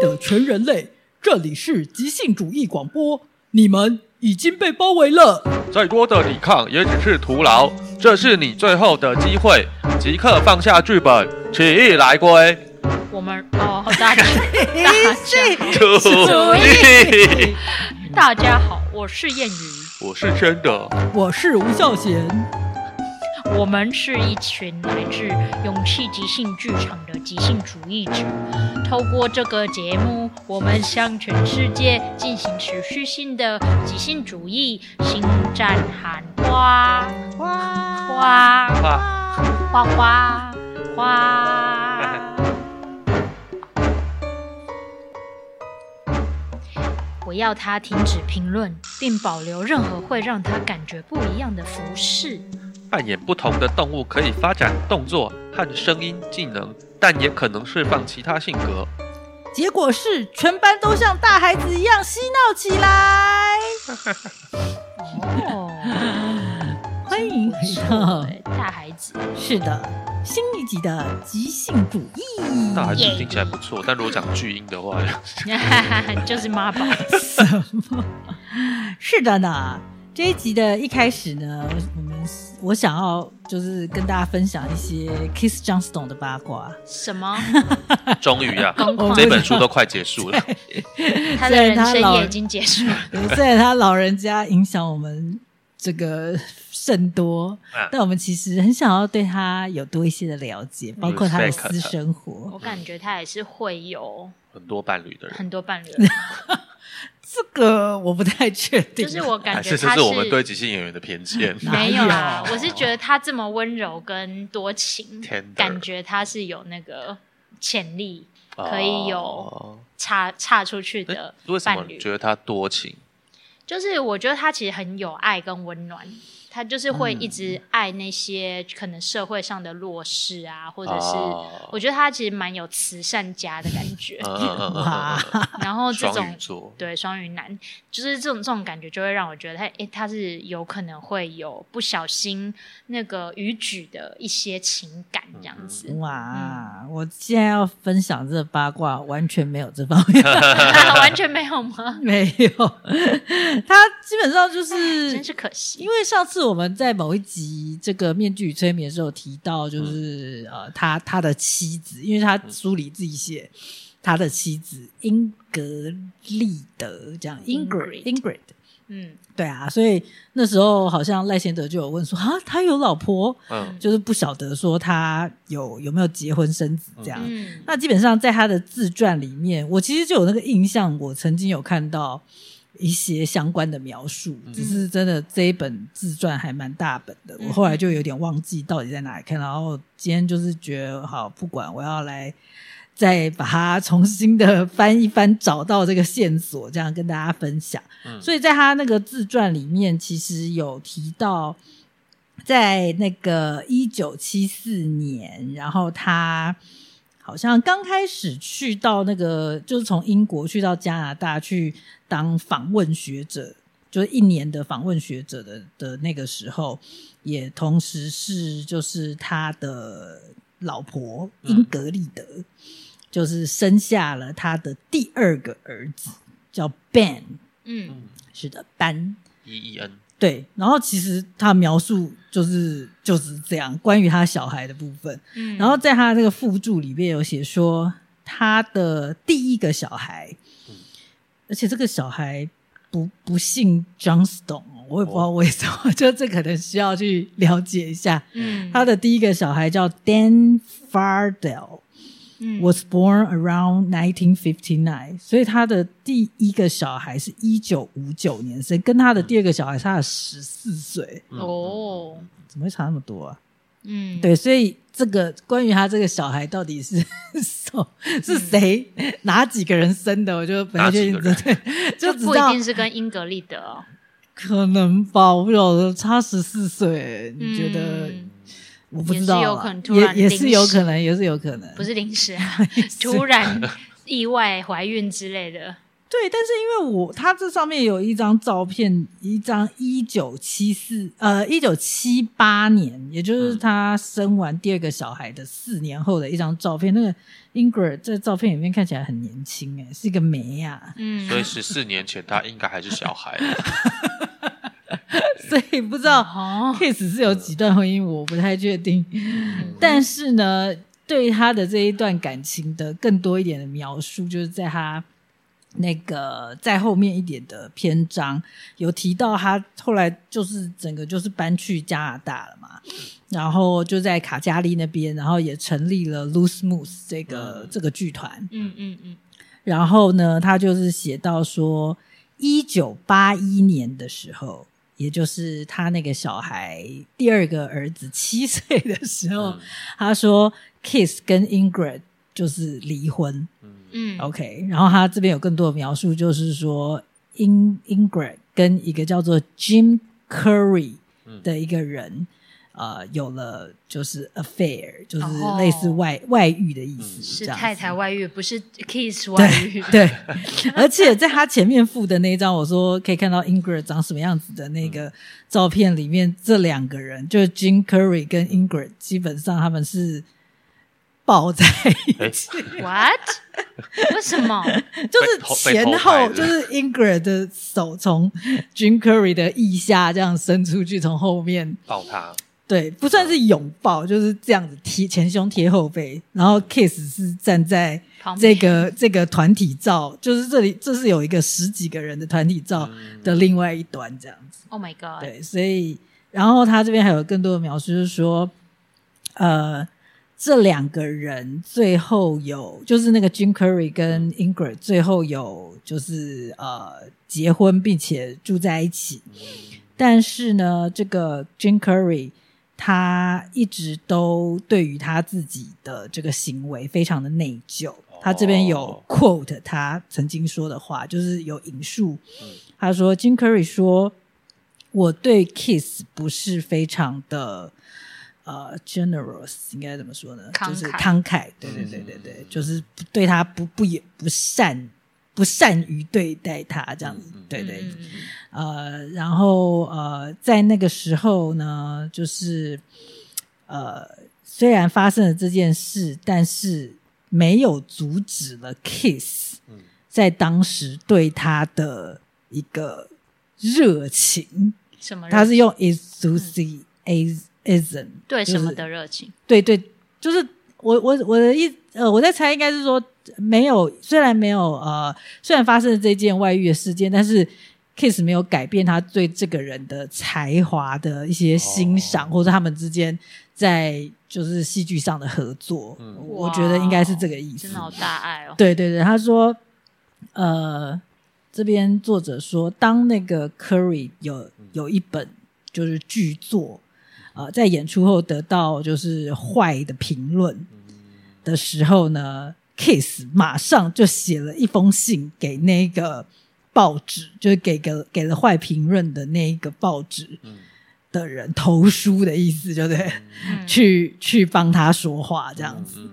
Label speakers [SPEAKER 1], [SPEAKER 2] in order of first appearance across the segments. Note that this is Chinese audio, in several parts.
[SPEAKER 1] 的全人类，这里是即兴主义广播，你们已经被包围了。
[SPEAKER 2] 再多的抵抗也只是徒劳，这是你最后的机会，即刻放下剧本，起义来归。
[SPEAKER 3] 我们哦，大家
[SPEAKER 2] 主
[SPEAKER 3] 主
[SPEAKER 2] 义，
[SPEAKER 3] 大家好，我是燕鱼，
[SPEAKER 2] 我是真的，
[SPEAKER 1] 我是吴孝贤，
[SPEAKER 3] 我们是一群来自勇气即兴剧场的即兴主义者。透过这个节目，我们向全世界进行持续性的即兴主义新战喊花花
[SPEAKER 2] 啊，
[SPEAKER 3] 花花花。我要他停止评论，并保留任何会让他感觉不一样的服饰。
[SPEAKER 2] 扮演不同的动物可以发展动作和声音技能，但也可能释放其他性格。
[SPEAKER 4] 结果是全班都像大孩子一样嬉闹起来。
[SPEAKER 3] 哦，
[SPEAKER 4] 欢迎回到
[SPEAKER 3] 对，哎大孩子，
[SPEAKER 4] 是的新一集的即兴主义。
[SPEAKER 2] 那还是听起来不错，但如果讲巨婴的 话，
[SPEAKER 3] 就是妈 宝。
[SPEAKER 4] 是的呢，这一集的一开始呢，我们我想要就是跟大家分享一些 Kiss Johnston 的八卦。
[SPEAKER 3] 什么？
[SPEAKER 2] 终于 呀、
[SPEAKER 3] 公
[SPEAKER 2] 啊，
[SPEAKER 3] 款
[SPEAKER 2] 这本书都快结束 了。
[SPEAKER 3] 他的人生也已经结束了。
[SPEAKER 4] 虽然他老人家影响我们这个甚多
[SPEAKER 2] 嗯，
[SPEAKER 4] 但我们其实很想要对他有多一些的了解，包括他的私生活。
[SPEAKER 3] 我感觉他也是会有
[SPEAKER 2] 很多伴侣的人，
[SPEAKER 3] 很多伴侣的，
[SPEAKER 4] 这个我不太确定，
[SPEAKER 3] 就是我感
[SPEAKER 2] 还
[SPEAKER 3] 觉
[SPEAKER 2] 啊哎是这
[SPEAKER 3] 他
[SPEAKER 2] 是我们对即兴演员的偏见。
[SPEAKER 3] 没有啦
[SPEAKER 4] 哪，有
[SPEAKER 3] 我是觉得他这么温柔跟多情
[SPEAKER 2] Tender
[SPEAKER 3] 感觉他是有那个潜力可以有
[SPEAKER 2] 哦
[SPEAKER 3] 差差出去的
[SPEAKER 2] 诶为什么
[SPEAKER 3] 伴侣
[SPEAKER 2] 你。觉得他多情？
[SPEAKER 3] 就是我觉得他其实很有爱跟温暖，他就是会一直爱那些可能社会上的弱势啊，或者是
[SPEAKER 2] 嗯哦
[SPEAKER 3] 我觉得他其实蛮有慈善家的感觉
[SPEAKER 2] 嗯。嗯嗯嗯嗯
[SPEAKER 4] 哇
[SPEAKER 2] 嗯，
[SPEAKER 3] 然
[SPEAKER 2] 嗯
[SPEAKER 3] 后这
[SPEAKER 2] 双鱼
[SPEAKER 3] 种
[SPEAKER 2] 座，
[SPEAKER 3] 对双鱼男，就是这种这种感觉，就会让我觉得他，诶，他是有可能会有不小心那个逾矩的一些情感这样子。
[SPEAKER 4] 哇！我现在要分享这八卦，完全没有这方面，
[SPEAKER 3] 嗯 完全没有吗？
[SPEAKER 4] 没有。他基本上就是
[SPEAKER 3] 哎真是可惜。
[SPEAKER 4] 因为上次我们在某一集这个《面具与催眠》的时候有提到，就是、呃，他他的妻子，因为他书里自己写他的妻子英格丽德这样，Ingrid
[SPEAKER 3] Ingrid
[SPEAKER 4] Ingrid，
[SPEAKER 3] 嗯，
[SPEAKER 4] 对啊，所以那时候好像赖贤德就有问说啊，他有老婆，
[SPEAKER 2] 嗯，
[SPEAKER 4] 就是不晓得说他有有没有结婚生子这样。
[SPEAKER 3] 嗯，
[SPEAKER 4] 那基本上在他的自传里面，我其实就有那个印象，我曾经有看到一些相关的描述，
[SPEAKER 2] 嗯
[SPEAKER 4] 只是真的这一本自传还蛮大本的，
[SPEAKER 3] 嗯
[SPEAKER 4] 我后来就有点忘记到底在哪里看，然后今天就是觉得好不管，我要来。再把它重新的翻一翻，找到这个线索，这样跟大家分享。
[SPEAKER 2] 嗯
[SPEAKER 4] 所以在他那个自传里面，其实有提到，在那个一九七四年，然后他好像刚开始去到那个，就是从英国去到加拿大去当访问学者，就是一年的访问学者的的那个时候，也同时是就是他的老婆
[SPEAKER 2] 嗯
[SPEAKER 4] 英格丽德，就是生下了他的第二个儿子，叫 Ben。
[SPEAKER 3] 嗯，
[SPEAKER 4] 是的，班
[SPEAKER 2] E E N，
[SPEAKER 4] 对。然后其实他描述就是就是这样，关于他小孩的部分。
[SPEAKER 3] 嗯，
[SPEAKER 4] 然后在他这个附注里面有写说，他的第一个小孩，
[SPEAKER 2] 嗯
[SPEAKER 4] 而且这个小孩不不姓 Johnston，我也哦不知道为什么， 就这可能需要去了解一下。
[SPEAKER 3] 嗯，
[SPEAKER 4] 他的第一个小孩叫 Dan Fardell。
[SPEAKER 3] 嗯
[SPEAKER 4] was born around 1959，所以他的第一个小孩是一九五九年生，跟他的第二个小孩差了十四岁，
[SPEAKER 2] 嗯
[SPEAKER 3] 哦，
[SPEAKER 4] 怎么会差那么多啊？
[SPEAKER 3] 嗯，
[SPEAKER 4] 对，所以这个关于他这个小孩到底是 是是谁、哪几个人生的，我就不太确定，
[SPEAKER 2] 哪几
[SPEAKER 4] 对，
[SPEAKER 3] 就
[SPEAKER 4] 就只
[SPEAKER 3] 不
[SPEAKER 4] 知
[SPEAKER 3] 一
[SPEAKER 4] 道
[SPEAKER 3] 定是跟英格丽德哦，
[SPEAKER 4] 可能吧，我不晓得差十四岁， 你觉得？
[SPEAKER 3] 嗯
[SPEAKER 4] 我不知道
[SPEAKER 3] 也是有
[SPEAKER 4] 啊
[SPEAKER 3] 可能突然
[SPEAKER 4] 也也
[SPEAKER 3] 临时
[SPEAKER 4] 是有可 能，也是有可能，
[SPEAKER 3] 不是临时啊，突然意外怀孕之类的，
[SPEAKER 4] 对，但是因为我他这上面有一张照片，一张一九七四呃一九七八年，也就是
[SPEAKER 2] 嗯
[SPEAKER 4] 他生完第二个小孩的四年后的一张照片。那个英格尔在照片里面看起来很年轻，哎，是一个梅呀、
[SPEAKER 3] 嗯，
[SPEAKER 2] 所以十四年前他应该还是小孩。
[SPEAKER 4] 所以不知道
[SPEAKER 3] 哦，
[SPEAKER 4] case 是有几段婚姻，我不太确定。但是呢，对他的这一段感情的更多一点的描述，就是在他那个在后面一点的篇章有提到，他后来就是整个就是搬去加拿大了嘛，然后就在卡加利那边，然后也成立了 Loose Moose 这个、这个剧团。
[SPEAKER 3] 嗯嗯嗯，
[SPEAKER 4] 然后呢，他就是写到说，一九八一年的时候，也就是他那个小孩第二个儿子七岁的时候，
[SPEAKER 2] 嗯
[SPEAKER 4] 他说 Kiss 跟 Ingrid 就是离婚。
[SPEAKER 3] 嗯
[SPEAKER 4] OK，然后他这边有更多的描述，就是说 In Ingrid 跟一个叫做 Jim Curry
[SPEAKER 2] 嗯
[SPEAKER 4] 的一个人。呃，有了就是 affair，就是
[SPEAKER 3] 哦
[SPEAKER 4] 类似外、外遇的意思，
[SPEAKER 2] 嗯
[SPEAKER 3] 是
[SPEAKER 4] 这样
[SPEAKER 3] 太
[SPEAKER 4] 子
[SPEAKER 3] 太外遇，不是 kiss 外遇。
[SPEAKER 4] 对，而且在他前面附的那一张，我说可以看到 Ingrid 长什么样子的那个照片里面，这两个人就是 Jim Curry 跟 Ingrid，基本上他们是抱在一起，
[SPEAKER 2] 哎
[SPEAKER 3] What？为什么？
[SPEAKER 2] 被
[SPEAKER 4] 就
[SPEAKER 2] 偷
[SPEAKER 4] 是
[SPEAKER 2] 被
[SPEAKER 4] 前
[SPEAKER 2] 偷拍
[SPEAKER 4] 后
[SPEAKER 2] 的
[SPEAKER 4] 就是 Ingrid 的手从 Jim Curry 的腋下这样伸出去，从后面
[SPEAKER 2] 抱他，
[SPEAKER 4] 对，不算是拥抱，就是这样子贴前胸贴后背，然后 Kiss 是站在
[SPEAKER 3] 旁
[SPEAKER 4] 这
[SPEAKER 3] 边
[SPEAKER 4] 个这个团体照，就是这里这是有一个十几个人的团体照的另外一端这样子。
[SPEAKER 3] Oh my god！
[SPEAKER 4] 对，所以然后他这边还有更多的描述，就是说，呃，这两个人最后有就是那个 Jim Curry 跟 Ingrid 最后有就是呃结婚并且住在一起，但是呢，这个 Jim Curry 他一直都对于他自己的这个行为非常的内疚。他这边有 quote 他曾经说的话，就是有引述
[SPEAKER 2] 嗯。
[SPEAKER 4] 他说，Jim Curry 说：“我对 Kiss 不是非常的呃 generous，应该怎么说呢？
[SPEAKER 3] 慷慨
[SPEAKER 4] 就是慷慨。对对对对对
[SPEAKER 2] 嗯，
[SPEAKER 4] 就是不对他不不也不善不善于对待他这样子
[SPEAKER 2] 嗯嗯。
[SPEAKER 4] 对对，
[SPEAKER 3] 嗯嗯
[SPEAKER 4] 呃，然后呃，在那个时候呢，就是呃，虽然发生了这件事，但是没有阻止了 Kiss
[SPEAKER 2] 嗯
[SPEAKER 4] 在当时对他的一个热情，
[SPEAKER 3] 嗯什么热？
[SPEAKER 4] 他是用 enthusiasm
[SPEAKER 3] 对
[SPEAKER 4] 就是
[SPEAKER 3] 什么的热情？
[SPEAKER 4] 对对，就是我我我的意呃，我在猜应该是说没有，虽然没有呃，虽然发生了这件外遇的事件，但是 Kiss 没有改变他对这个人的才华的一些欣赏，
[SPEAKER 2] 哦
[SPEAKER 4] 或者他们之间在就是戏剧上的合作，
[SPEAKER 2] 嗯
[SPEAKER 4] 我觉得应该是这个意思
[SPEAKER 3] 真的。好大爱哦。
[SPEAKER 4] 对对对，他说，呃，这边作者说，当那个 Curry 有有一本就是剧作，呃，在演出后得到就是坏的评论的时候呢，Kiss 马上就写了一封信给那个报纸，就是给个给了坏评论的那一个报纸
[SPEAKER 2] 嗯
[SPEAKER 4] 的人投书的意思，就对，
[SPEAKER 3] 嗯
[SPEAKER 4] 去去帮他说话这样子。
[SPEAKER 2] 嗯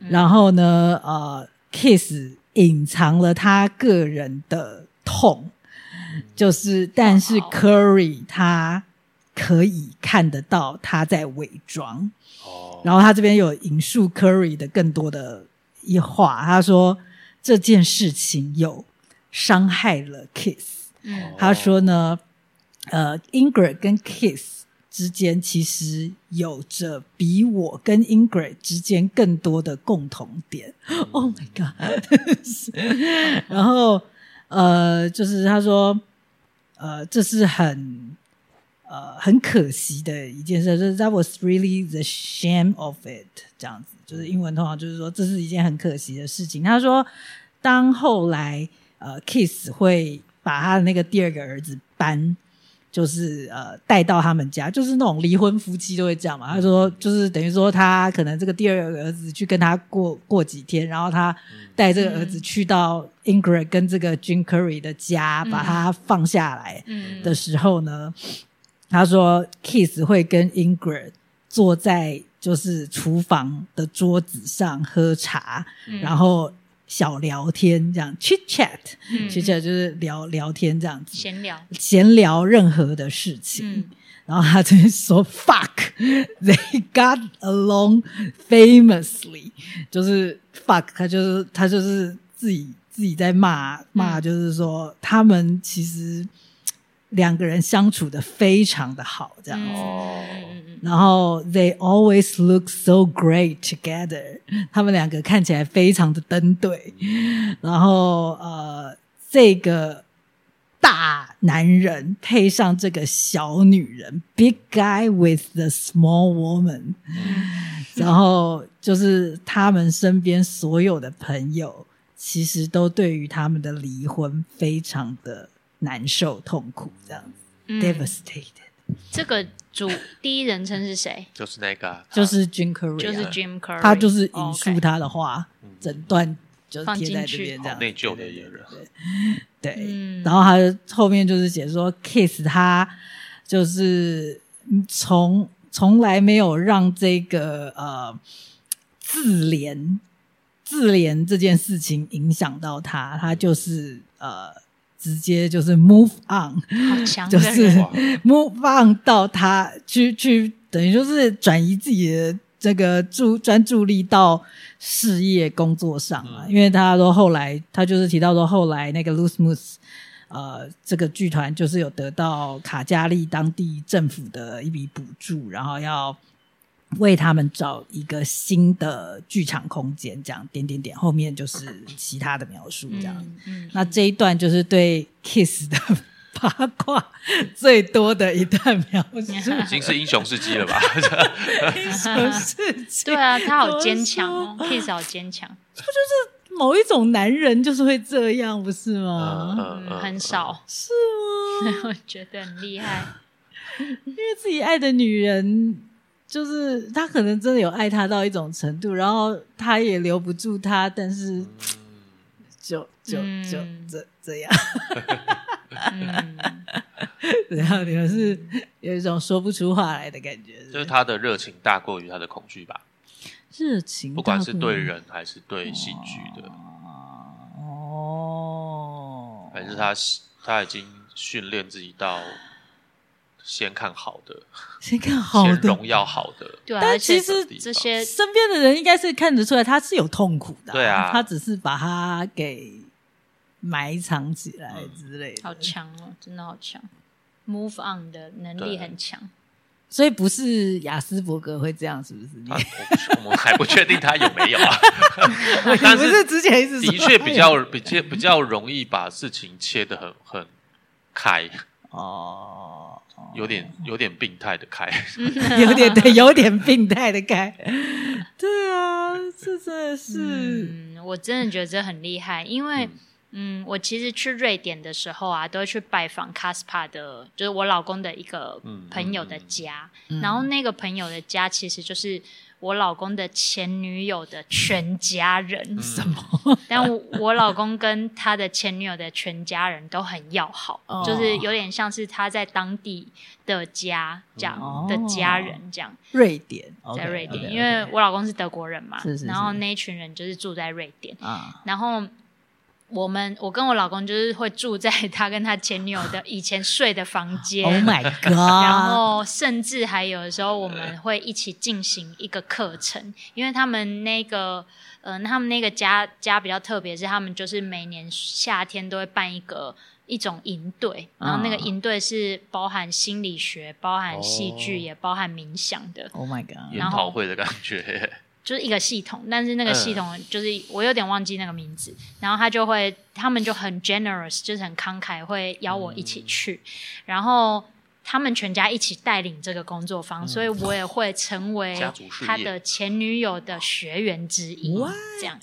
[SPEAKER 3] 嗯
[SPEAKER 4] 然后呢，呃，Kiss 隐藏了他个人的痛，就是但是
[SPEAKER 3] 哇哦
[SPEAKER 4] Curry 他可以看得到他在伪装，
[SPEAKER 2] 哦，
[SPEAKER 4] 然后他这边有引述 Curry 的更多的一话，他说这件事情有伤害了 Kiss，
[SPEAKER 3] 嗯
[SPEAKER 4] 他说呢，呃，Ingrid 跟 Kiss 之间其实有着比我跟 Ingrid 之间更多的共同点。oh my god！是 然后呃，就是他说，呃，这是很。呃，很可惜的一件事，就是 That was really the shame of it。这样子，就是英文通常就是说，这是一件很可惜的事情。他说，当后来呃，Kiss 会把他的那个第二个儿子搬，就是呃带到他们家，就是那种离婚夫妻都会这样
[SPEAKER 3] 嗯
[SPEAKER 4] 嘛。他说，就是等于说他可能这个第二个儿子去跟他过过几天，然后他
[SPEAKER 3] 嗯
[SPEAKER 4] 带这个儿子去到 Ingrid 跟这个 Jim Curry 的家，
[SPEAKER 3] 嗯
[SPEAKER 4] 把他放下来
[SPEAKER 3] 嗯
[SPEAKER 4] 的时候呢，他说 Kiss 会跟 Ingrid 坐在就是厨房的桌子上喝茶，
[SPEAKER 3] 嗯
[SPEAKER 4] 然后小聊天，这样 chit chat，chit
[SPEAKER 3] 嗯
[SPEAKER 4] chat 就是聊聊天这样子，
[SPEAKER 3] 闲聊，
[SPEAKER 4] 闲聊任何的事情。
[SPEAKER 3] 嗯
[SPEAKER 4] 然后他就说 “fuck”。They got along famously，就是 “fuck”，他就是他就是自己自己在
[SPEAKER 3] 嗯
[SPEAKER 4] 骂骂，就是说他们其实两个人相处的非常的好，这样。
[SPEAKER 3] 嗯
[SPEAKER 2] 哦
[SPEAKER 3] 嗯嗯
[SPEAKER 4] 然后 they always look so great together，他们两个看起来非常的登对。然后呃，这个大男人配上这个小女人，big guy with the small woman，然
[SPEAKER 3] 嗯
[SPEAKER 4] 后就是他们身边所有的朋友，其实都对于他们的离婚非常的难受、痛苦，这样子、
[SPEAKER 3] 嗯
[SPEAKER 4] devastated。
[SPEAKER 3] 这个主第一人称是谁？
[SPEAKER 2] 就是那个啊，
[SPEAKER 4] 就是 Jim Carrey，
[SPEAKER 3] 就
[SPEAKER 4] 啊
[SPEAKER 3] 是 Jim Carrey，哦
[SPEAKER 4] 他就是引
[SPEAKER 3] OK
[SPEAKER 4] 述他的话，整段就是贴在这边
[SPEAKER 3] 放进去
[SPEAKER 4] 这样。
[SPEAKER 2] 内疚的一个人，
[SPEAKER 4] 对，
[SPEAKER 3] 嗯
[SPEAKER 4] 然后他后面就是写说，Kiss 他就是从从来没有让这个呃自怜自怜这件事情影响到他，他就是呃直接就是 move on，
[SPEAKER 3] 好强
[SPEAKER 4] 就
[SPEAKER 3] 的
[SPEAKER 4] 是
[SPEAKER 3] 人，
[SPEAKER 2] 哇
[SPEAKER 4] move on 到他去去，等于就是转移自己的这个注专注力到事业工作上啊，
[SPEAKER 2] 嗯
[SPEAKER 4] 因为他说后来他就是提到说后来那个 Loose Moose。呃，这个剧团就是有得到卡加利当地政府的一笔补助，然后要为他们找一个新的剧场空间，这样点点点，后面就是其他的描述这样。
[SPEAKER 3] 嗯嗯，
[SPEAKER 4] 那这一段就是对 Kiss 的八卦最多的一段描述，
[SPEAKER 2] 已经是英雄事迹了吧？
[SPEAKER 4] 什么事情
[SPEAKER 3] 对？啊，他好坚强哦，Kiss 好坚强，
[SPEAKER 4] 某一种男人就是会这样，不是吗？
[SPEAKER 2] 啊
[SPEAKER 3] 嗯，很，少，
[SPEAKER 4] 是吗？
[SPEAKER 3] 我觉得很厉害，
[SPEAKER 4] 因为自己爱的女人，就是他可能真的有爱她到一种程度，然后他也留不住她，但是
[SPEAKER 2] 嗯
[SPEAKER 4] 就就就
[SPEAKER 3] 嗯
[SPEAKER 4] 这这样。
[SPEAKER 3] 嗯，
[SPEAKER 4] 然后你们是有一种说不出话来的感觉，
[SPEAKER 2] 就是他的热情大过于他的恐惧吧，
[SPEAKER 4] 热情大过于，
[SPEAKER 2] 不管是对人还是对戏剧的，
[SPEAKER 4] 哦，
[SPEAKER 2] 还是他他已经训练自己到先看好的，
[SPEAKER 4] 先看好
[SPEAKER 2] 先
[SPEAKER 4] 的
[SPEAKER 2] 荣。耀好的，
[SPEAKER 3] 对啊，
[SPEAKER 4] 但
[SPEAKER 3] 而且
[SPEAKER 4] 其实
[SPEAKER 3] 这些
[SPEAKER 4] 身边的人应该是看得出来，他是有痛苦的、
[SPEAKER 2] 对啊
[SPEAKER 4] 他只是把它给埋藏起来之类的，
[SPEAKER 3] 好强哦，真的好强，Move on 的能力
[SPEAKER 2] 对
[SPEAKER 3] 很强，
[SPEAKER 4] 所以不是雅斯伯格会这样，是不是？
[SPEAKER 2] 他
[SPEAKER 4] 你
[SPEAKER 2] 我不是啊我们 还不确定他有没有 啊，
[SPEAKER 4] 你
[SPEAKER 2] 但
[SPEAKER 4] 不
[SPEAKER 2] 是
[SPEAKER 4] 是之前一直说哎
[SPEAKER 2] 的确比较比较比较容易把事情切得很很开，
[SPEAKER 4] 哦，
[SPEAKER 2] 有点有点病态的开，
[SPEAKER 4] 有点对，有点病态的概，对啊，这真的是，
[SPEAKER 3] 嗯，我真的觉得这很厉害，因为
[SPEAKER 2] 嗯
[SPEAKER 3] 嗯我其实去瑞典的时候啊，都会去拜访 Caspa 的，就是我老公的一个
[SPEAKER 2] 嗯
[SPEAKER 3] 朋友
[SPEAKER 2] 嗯
[SPEAKER 3] 的
[SPEAKER 2] 嗯
[SPEAKER 3] 家，
[SPEAKER 4] 嗯
[SPEAKER 3] 然后那个朋友的家其实就是我老公的前女友的全家人，
[SPEAKER 2] 什
[SPEAKER 4] 么？
[SPEAKER 3] 但我我老公跟他的前女友的全家人都很要好，
[SPEAKER 4] 哦
[SPEAKER 3] 就是有点像是他在当地的家
[SPEAKER 2] 嗯
[SPEAKER 3] 这样、
[SPEAKER 4] 哦
[SPEAKER 3] 的家人这样，
[SPEAKER 4] 瑞典，
[SPEAKER 3] 在瑞典
[SPEAKER 4] OK，OK，OK
[SPEAKER 3] 因为我老公是德国人嘛，
[SPEAKER 4] 是是是
[SPEAKER 3] 然后那一群人就是住在瑞典，
[SPEAKER 4] 啊，
[SPEAKER 3] 然后。我们我跟我老公就是会住在他跟他前女友的以前睡的房间
[SPEAKER 4] Oh my god！
[SPEAKER 3] 然后甚至还有的时候我们会一起进行一个课程，因为他们那个呃，他们那个家家比较特别，是他们就是每年夏天都会办一个。一种营队，然后那个
[SPEAKER 4] 啊
[SPEAKER 3] 营队是包含心理学、包含戏剧，
[SPEAKER 2] 哦
[SPEAKER 3] 也包含冥想的，
[SPEAKER 4] ，Oh my god！
[SPEAKER 2] 嗯研讨会的感觉，
[SPEAKER 3] 就是一个系统。但是那
[SPEAKER 2] 嗯
[SPEAKER 3] 个系统就是我有点忘记那个名字，然后他就会，他们就很 generous，就是很慷慨，会邀我一起去，
[SPEAKER 2] 嗯
[SPEAKER 3] 然后他们全家一起带领这个工作坊，所以我也会成为
[SPEAKER 2] 嗯家族事业
[SPEAKER 3] 他的前女友的学员之一，这样，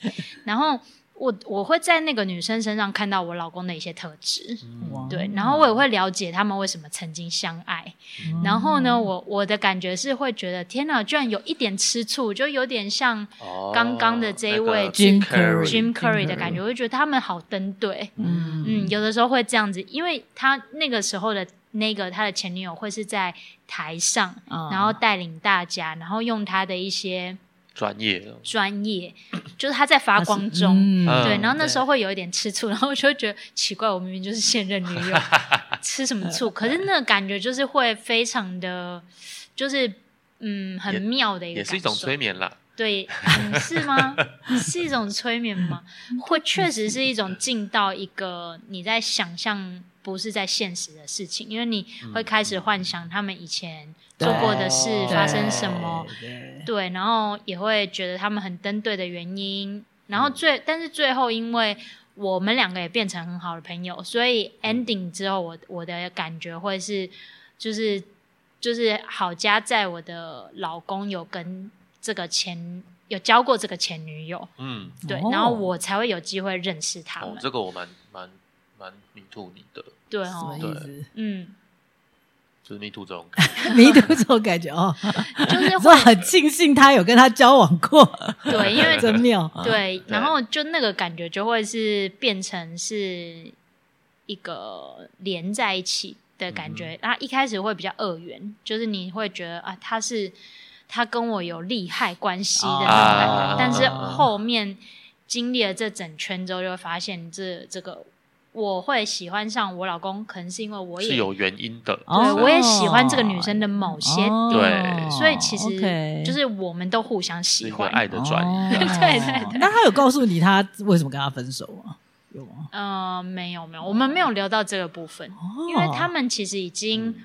[SPEAKER 3] 然后。我我会在那个女生身上看到我老公的一些特质，
[SPEAKER 2] 哦
[SPEAKER 4] 哇
[SPEAKER 3] 对，然后我也会了解他们为什么曾经相爱，
[SPEAKER 2] 嗯
[SPEAKER 3] 然后呢，我我的感觉是会觉得天哪，居然有一点吃醋，就有点像
[SPEAKER 2] 哦
[SPEAKER 3] 刚刚的这一位
[SPEAKER 4] Jim Carrey
[SPEAKER 3] Jim Curry 的感觉，我就觉得他们好登对。
[SPEAKER 4] 嗯
[SPEAKER 3] 嗯，有的时候会这样子，因为他那个时候的那个他的前女友会是在台上，
[SPEAKER 4] 嗯
[SPEAKER 2] 啊
[SPEAKER 3] 然后带领大家，然后用他的一些
[SPEAKER 2] 专业了。
[SPEAKER 3] 专业， 就是他在发光中。
[SPEAKER 4] 嗯
[SPEAKER 2] 嗯
[SPEAKER 3] 对，然后那时候
[SPEAKER 2] 对
[SPEAKER 3] 会有一点吃醋， 然后我就会觉得奇怪，我明明就是现任女 友，吃什么醋？可是那个感觉就是会非常的，就是嗯，很
[SPEAKER 2] 也
[SPEAKER 3] 妙的一个
[SPEAKER 2] 也
[SPEAKER 3] 感受，
[SPEAKER 2] 是一种催眠啦。
[SPEAKER 3] 对，嗯是吗？是一种催眠吗？会确实是一种进到一个你在想象不是在现实的事情，因为你会开始幻想他们以前做过的事
[SPEAKER 2] 对
[SPEAKER 3] 发生什么，
[SPEAKER 4] 哦对对
[SPEAKER 3] 对，然后也会觉得他们很登对的原因，然后最但是最后因为我们两个也变成很好的朋友，所以 ending 之后我我的感觉会是就是就是好家在我的老公有跟这个前有交过这个前女友，
[SPEAKER 2] 嗯，
[SPEAKER 3] 对，
[SPEAKER 4] 哦
[SPEAKER 3] 然后我才会有机会认识他
[SPEAKER 2] 哦
[SPEAKER 3] 们，，
[SPEAKER 2] 这个我蛮蛮蛮迷途你的，
[SPEAKER 3] 对
[SPEAKER 4] 什么
[SPEAKER 3] 哦，
[SPEAKER 4] 意思？
[SPEAKER 3] 嗯，
[SPEAKER 2] 就是迷途这种感觉。
[SPEAKER 4] 迷途这种感觉哦，
[SPEAKER 3] 就是
[SPEAKER 4] 我
[SPEAKER 3] 会
[SPEAKER 4] 很庆幸他有跟他交往过，
[SPEAKER 3] 对，因为
[SPEAKER 4] 真妙。
[SPEAKER 3] 对，然
[SPEAKER 2] 啊对
[SPEAKER 3] 后就那个感觉就会是变成是一个连在一起的感
[SPEAKER 2] 嗯
[SPEAKER 3] 觉。那、一开始会比较二元，就是你会觉得啊，他是他跟我有利害关系的那种感觉，
[SPEAKER 2] 啊
[SPEAKER 3] 但是后面经历了这整圈之后，就会发现这这个我会喜欢上我老公，可能是因为我
[SPEAKER 2] 是
[SPEAKER 3] 也
[SPEAKER 2] 有原因的，
[SPEAKER 3] 对
[SPEAKER 4] 哦
[SPEAKER 3] 我也喜欢这个女生的某些。
[SPEAKER 4] 哦
[SPEAKER 2] 对
[SPEAKER 3] 所以其实
[SPEAKER 4] OK
[SPEAKER 3] 就是我们都互相
[SPEAKER 2] 哦是
[SPEAKER 3] 喜
[SPEAKER 2] 一个
[SPEAKER 3] 欢，
[SPEAKER 2] 爱的转移。
[SPEAKER 4] 哦
[SPEAKER 3] 对对对
[SPEAKER 4] 那他有告诉你他为什么跟他分手吗？有吗？
[SPEAKER 3] 呃，没有没有，我们没有聊到这个部分，
[SPEAKER 4] 哦
[SPEAKER 3] 因为他们其实已经
[SPEAKER 2] 嗯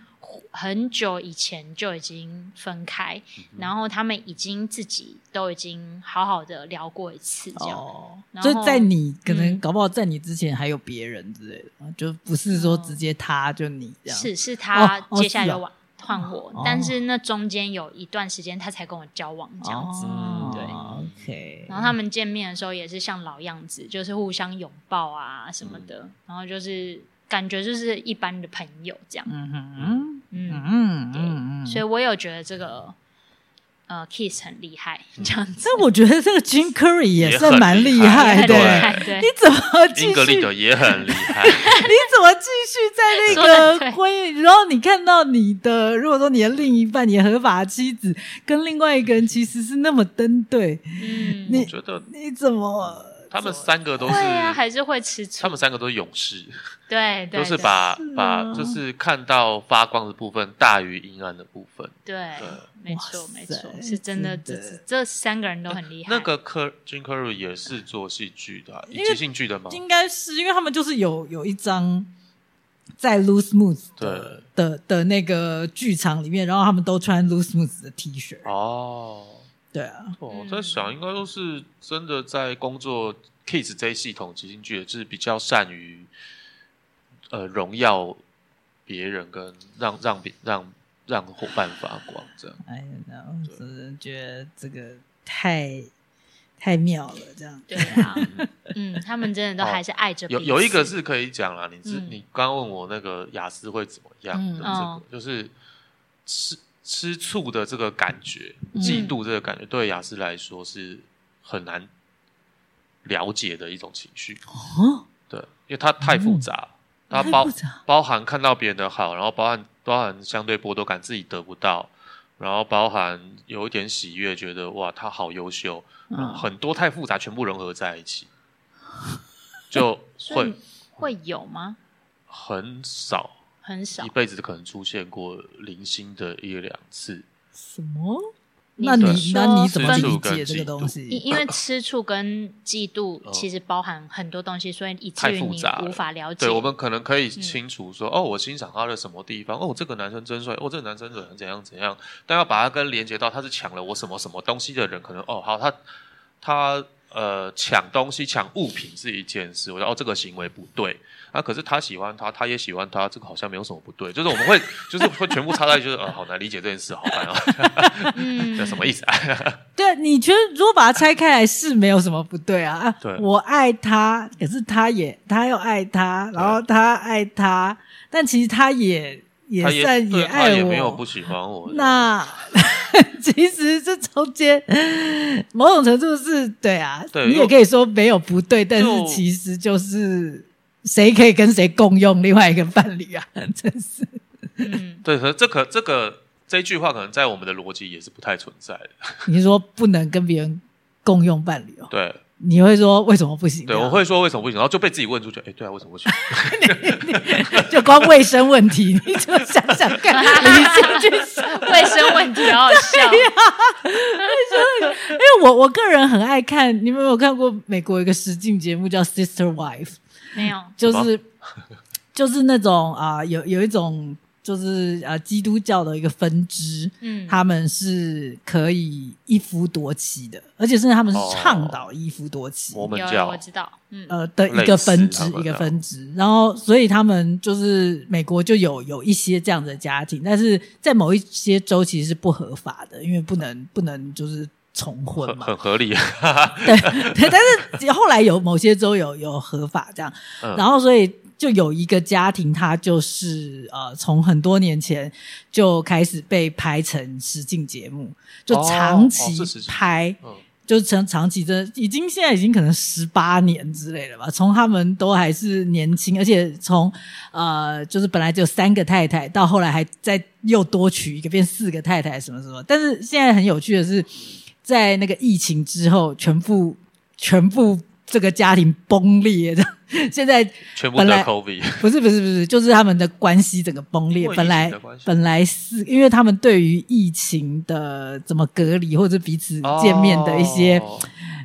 [SPEAKER 3] 很久以前就已经分开，
[SPEAKER 4] 嗯
[SPEAKER 3] 然后他们已经自己都已经好好的聊过一次，这样、
[SPEAKER 4] 哦，
[SPEAKER 3] 然后
[SPEAKER 4] 就在你可能
[SPEAKER 3] 嗯
[SPEAKER 4] 搞不好在你之前还有别人之类的嘛，就不是说直接他就你这样。
[SPEAKER 3] 是是他
[SPEAKER 4] 哦哦
[SPEAKER 3] 接下来
[SPEAKER 4] 是
[SPEAKER 3] 就
[SPEAKER 4] 哦
[SPEAKER 3] 往换我，
[SPEAKER 4] 哦
[SPEAKER 3] 但是那中间有一段时间他才跟我交往这样子。
[SPEAKER 4] 哦
[SPEAKER 3] 对
[SPEAKER 4] ，OK，
[SPEAKER 3] 然后他们见面的时候也是像老样子，就是互相拥抱啊什么
[SPEAKER 4] 嗯
[SPEAKER 3] 的，然后就是感觉就是一般的朋友这样。
[SPEAKER 4] 嗯哼，嗯
[SPEAKER 3] 嗯，
[SPEAKER 4] 嗯
[SPEAKER 3] 对
[SPEAKER 4] 嗯嗯，
[SPEAKER 3] 所以我有觉得这个呃 Kiss 很厉害，这样子
[SPEAKER 4] 但我觉得这个 Jim Curry 也
[SPEAKER 2] 也
[SPEAKER 4] 算
[SPEAKER 2] 很
[SPEAKER 4] 蛮
[SPEAKER 2] 厉
[SPEAKER 4] 嗯厉
[SPEAKER 2] 害
[SPEAKER 4] 害
[SPEAKER 3] 很
[SPEAKER 4] 的
[SPEAKER 3] 厉
[SPEAKER 2] 对
[SPEAKER 4] 欸。
[SPEAKER 3] 害，对
[SPEAKER 4] 你，怎么继
[SPEAKER 2] 英格
[SPEAKER 4] 续？
[SPEAKER 2] 丽
[SPEAKER 4] 你
[SPEAKER 2] 的也很厉 害，
[SPEAKER 4] 怎么继续在那
[SPEAKER 3] 说得
[SPEAKER 4] 个
[SPEAKER 3] 对
[SPEAKER 4] 婚？然后你看到你的，如果说你的另一半，你的合法妻子跟另外一个人其实是那么登对，
[SPEAKER 3] 嗯，
[SPEAKER 2] 我
[SPEAKER 4] 你
[SPEAKER 2] 觉得
[SPEAKER 4] 你怎么？
[SPEAKER 2] 他们三个都是
[SPEAKER 3] 会，啊，还是会吃醋
[SPEAKER 2] 他，们三个都是勇士，
[SPEAKER 3] 对，对
[SPEAKER 2] 都是
[SPEAKER 3] 对
[SPEAKER 2] 把
[SPEAKER 4] 是啊
[SPEAKER 2] 把就是看到发光的部分大于阴暗的部分。
[SPEAKER 3] 对
[SPEAKER 2] 对，
[SPEAKER 3] 没
[SPEAKER 4] 哇
[SPEAKER 3] 错没
[SPEAKER 4] 塞
[SPEAKER 3] 错，是真的，这
[SPEAKER 4] 真的
[SPEAKER 3] 这这三个人都很厉害，
[SPEAKER 2] 那个科 Jim Carrey 也是做戏剧的啊，
[SPEAKER 4] 因
[SPEAKER 2] 以
[SPEAKER 4] 为
[SPEAKER 2] 及兴剧的吗？
[SPEAKER 4] 应该是因为他们就是有有一张在 Loose Moose 的的的那个剧场里面，然后他们都穿 Loose Moose 的 T 恤，
[SPEAKER 2] 哦，
[SPEAKER 4] 对啊，
[SPEAKER 2] 我
[SPEAKER 3] 嗯
[SPEAKER 2] 在想，应该都是真的在工作 Kiss 这一系统即兴剧，也是比较善于呃荣耀别人跟让让别让让伙伴发光这样。
[SPEAKER 4] 哎呀，我真的觉得这个太太妙了，这样
[SPEAKER 3] 对 啊，嗯，他们真的都还是爱着彼
[SPEAKER 2] 有
[SPEAKER 3] 此
[SPEAKER 2] 哦有一个是可以讲啦，你知、
[SPEAKER 3] 嗯
[SPEAKER 2] 你刚问我那个雅思会怎么样
[SPEAKER 4] 嗯
[SPEAKER 2] 的这个，
[SPEAKER 3] 哦
[SPEAKER 2] 就是吃吃醋的这个感觉，
[SPEAKER 4] 嗯
[SPEAKER 2] 嫉妒这个感觉，对雅思来说是很难了解的一种情绪。
[SPEAKER 4] 哦，
[SPEAKER 2] 对，因为它太复杂，它
[SPEAKER 4] 太
[SPEAKER 2] 包
[SPEAKER 4] 复杂
[SPEAKER 2] 包含看到别人的好，然后包含包含相对剥夺感自己得不到，然后包含有一点喜悦，觉得哇他好优秀，
[SPEAKER 3] 嗯
[SPEAKER 2] 然后很多太复杂，全部融合在一起，就
[SPEAKER 3] 所
[SPEAKER 2] 会
[SPEAKER 3] 以会有吗？
[SPEAKER 2] 很少，
[SPEAKER 3] 很少
[SPEAKER 2] 一，辈子可能出现过零星的一两次。
[SPEAKER 4] 什么？
[SPEAKER 3] 你
[SPEAKER 4] 那你
[SPEAKER 3] 是
[SPEAKER 4] 那
[SPEAKER 3] 说
[SPEAKER 4] 你怎么
[SPEAKER 3] 分
[SPEAKER 4] 去理解这个东
[SPEAKER 3] 因
[SPEAKER 4] 西？
[SPEAKER 3] 因为吃醋跟嫉妒其实包含很多东西，所以以至
[SPEAKER 2] 哦太
[SPEAKER 3] 于
[SPEAKER 2] 复
[SPEAKER 3] 你
[SPEAKER 2] 杂了
[SPEAKER 3] 无法了解。
[SPEAKER 2] 对，我们可能可以清楚说，哦，我欣赏他的什么地方，哦，这个男生真帅，哦，这个男生怎样怎样怎样，但要把他跟连接到他是抢了我什么什么东西的人，可能哦，好，他他呃抢东西抢物品是一件事，我觉得哦这个行为不对，啊，可是他喜欢他，他也喜欢他，这个好像没有什么不对，就是我们会就是会全部插在一起就是呃好难理解这件事，好烦哦，
[SPEAKER 3] 嗯
[SPEAKER 2] 这什么意思啊？
[SPEAKER 4] 对，你觉得如果把它拆开来是没有什么不对啊？啊
[SPEAKER 2] 对
[SPEAKER 4] 我爱他，可是他也他又爱他，然后他爱他，但其实他也也
[SPEAKER 2] 他也
[SPEAKER 4] 算
[SPEAKER 2] 对他
[SPEAKER 4] 爱
[SPEAKER 2] 也
[SPEAKER 4] 我，
[SPEAKER 2] 没有不喜欢我，
[SPEAKER 4] 那 其实这中间某种程度是对啊，
[SPEAKER 2] 对
[SPEAKER 4] 你
[SPEAKER 2] 因为
[SPEAKER 4] 也可以说没有不对，但
[SPEAKER 2] 就是
[SPEAKER 4] 其实就是谁可以 跟谁共用另外一个伴侣啊，真是
[SPEAKER 3] 嗯
[SPEAKER 2] 对，可是这可这个这句话可能在我们的逻辑也是不太存在的。
[SPEAKER 4] 你是说不能跟别人共用伴侣哦？
[SPEAKER 2] 对
[SPEAKER 4] 你会说为什么不行？啊
[SPEAKER 2] 对，我会说为什么不行，然后就被自己问出去，哎，对啊，为什么不行？
[SPEAKER 4] 就光卫生问题，你就想想 看，你先去想。
[SPEAKER 3] 卫生问题好好笑，
[SPEAKER 4] 因为我我个人很爱看，你们有没有看过美国有一个实境节目叫《Sister Wife》，
[SPEAKER 3] 没有
[SPEAKER 4] 就是 就是那种啊、有有一种就是啊、基督教的一个分支，
[SPEAKER 3] 嗯
[SPEAKER 4] 他们是可以一夫多妻的，而且甚至他们是
[SPEAKER 2] 哦
[SPEAKER 4] 倡导一夫多妻。
[SPEAKER 2] 摩门
[SPEAKER 3] 有有
[SPEAKER 2] 教
[SPEAKER 3] 我，知道，嗯
[SPEAKER 4] 呃的一
[SPEAKER 2] 哦类
[SPEAKER 4] 个
[SPEAKER 2] 似
[SPEAKER 4] 分支
[SPEAKER 2] 他，们
[SPEAKER 4] 一个
[SPEAKER 2] 的
[SPEAKER 4] 分支。然后，所以他们就是美国就有有一些这样的家庭，但是在某一些州其实是不合法的，因为不能不能就是重婚
[SPEAKER 2] 很
[SPEAKER 4] 嘛。
[SPEAKER 2] 很合理。
[SPEAKER 4] 对对，但是后来有某些州有有合法这样，
[SPEAKER 2] 嗯
[SPEAKER 4] 然后所以。就有一个家庭，他就是呃，从很多年前就开始被拍成实境节目，就
[SPEAKER 2] 哦
[SPEAKER 4] 长
[SPEAKER 2] 哦
[SPEAKER 4] 期
[SPEAKER 2] 是实境
[SPEAKER 4] 拍，
[SPEAKER 2] 嗯，
[SPEAKER 4] 就是长长期真的已经现在已经可能十八年之类了吧，从他们都还是年轻，而且从呃就是本来只有三个太太，到后来还再又多娶一个变四个太太什么什么，但是现在很有趣的是，在那个疫情之后，全部全部这个家庭崩裂的， 现在
[SPEAKER 2] 全部
[SPEAKER 4] 本
[SPEAKER 2] 得
[SPEAKER 4] 来
[SPEAKER 2] COVID，
[SPEAKER 4] 不是不是不是，就是他们的关系整个崩裂
[SPEAKER 2] 因。为疫情
[SPEAKER 4] 本来
[SPEAKER 2] 的关系
[SPEAKER 4] 本来是因为他们对于疫情的怎么隔离或者彼此见面的一些
[SPEAKER 2] 哦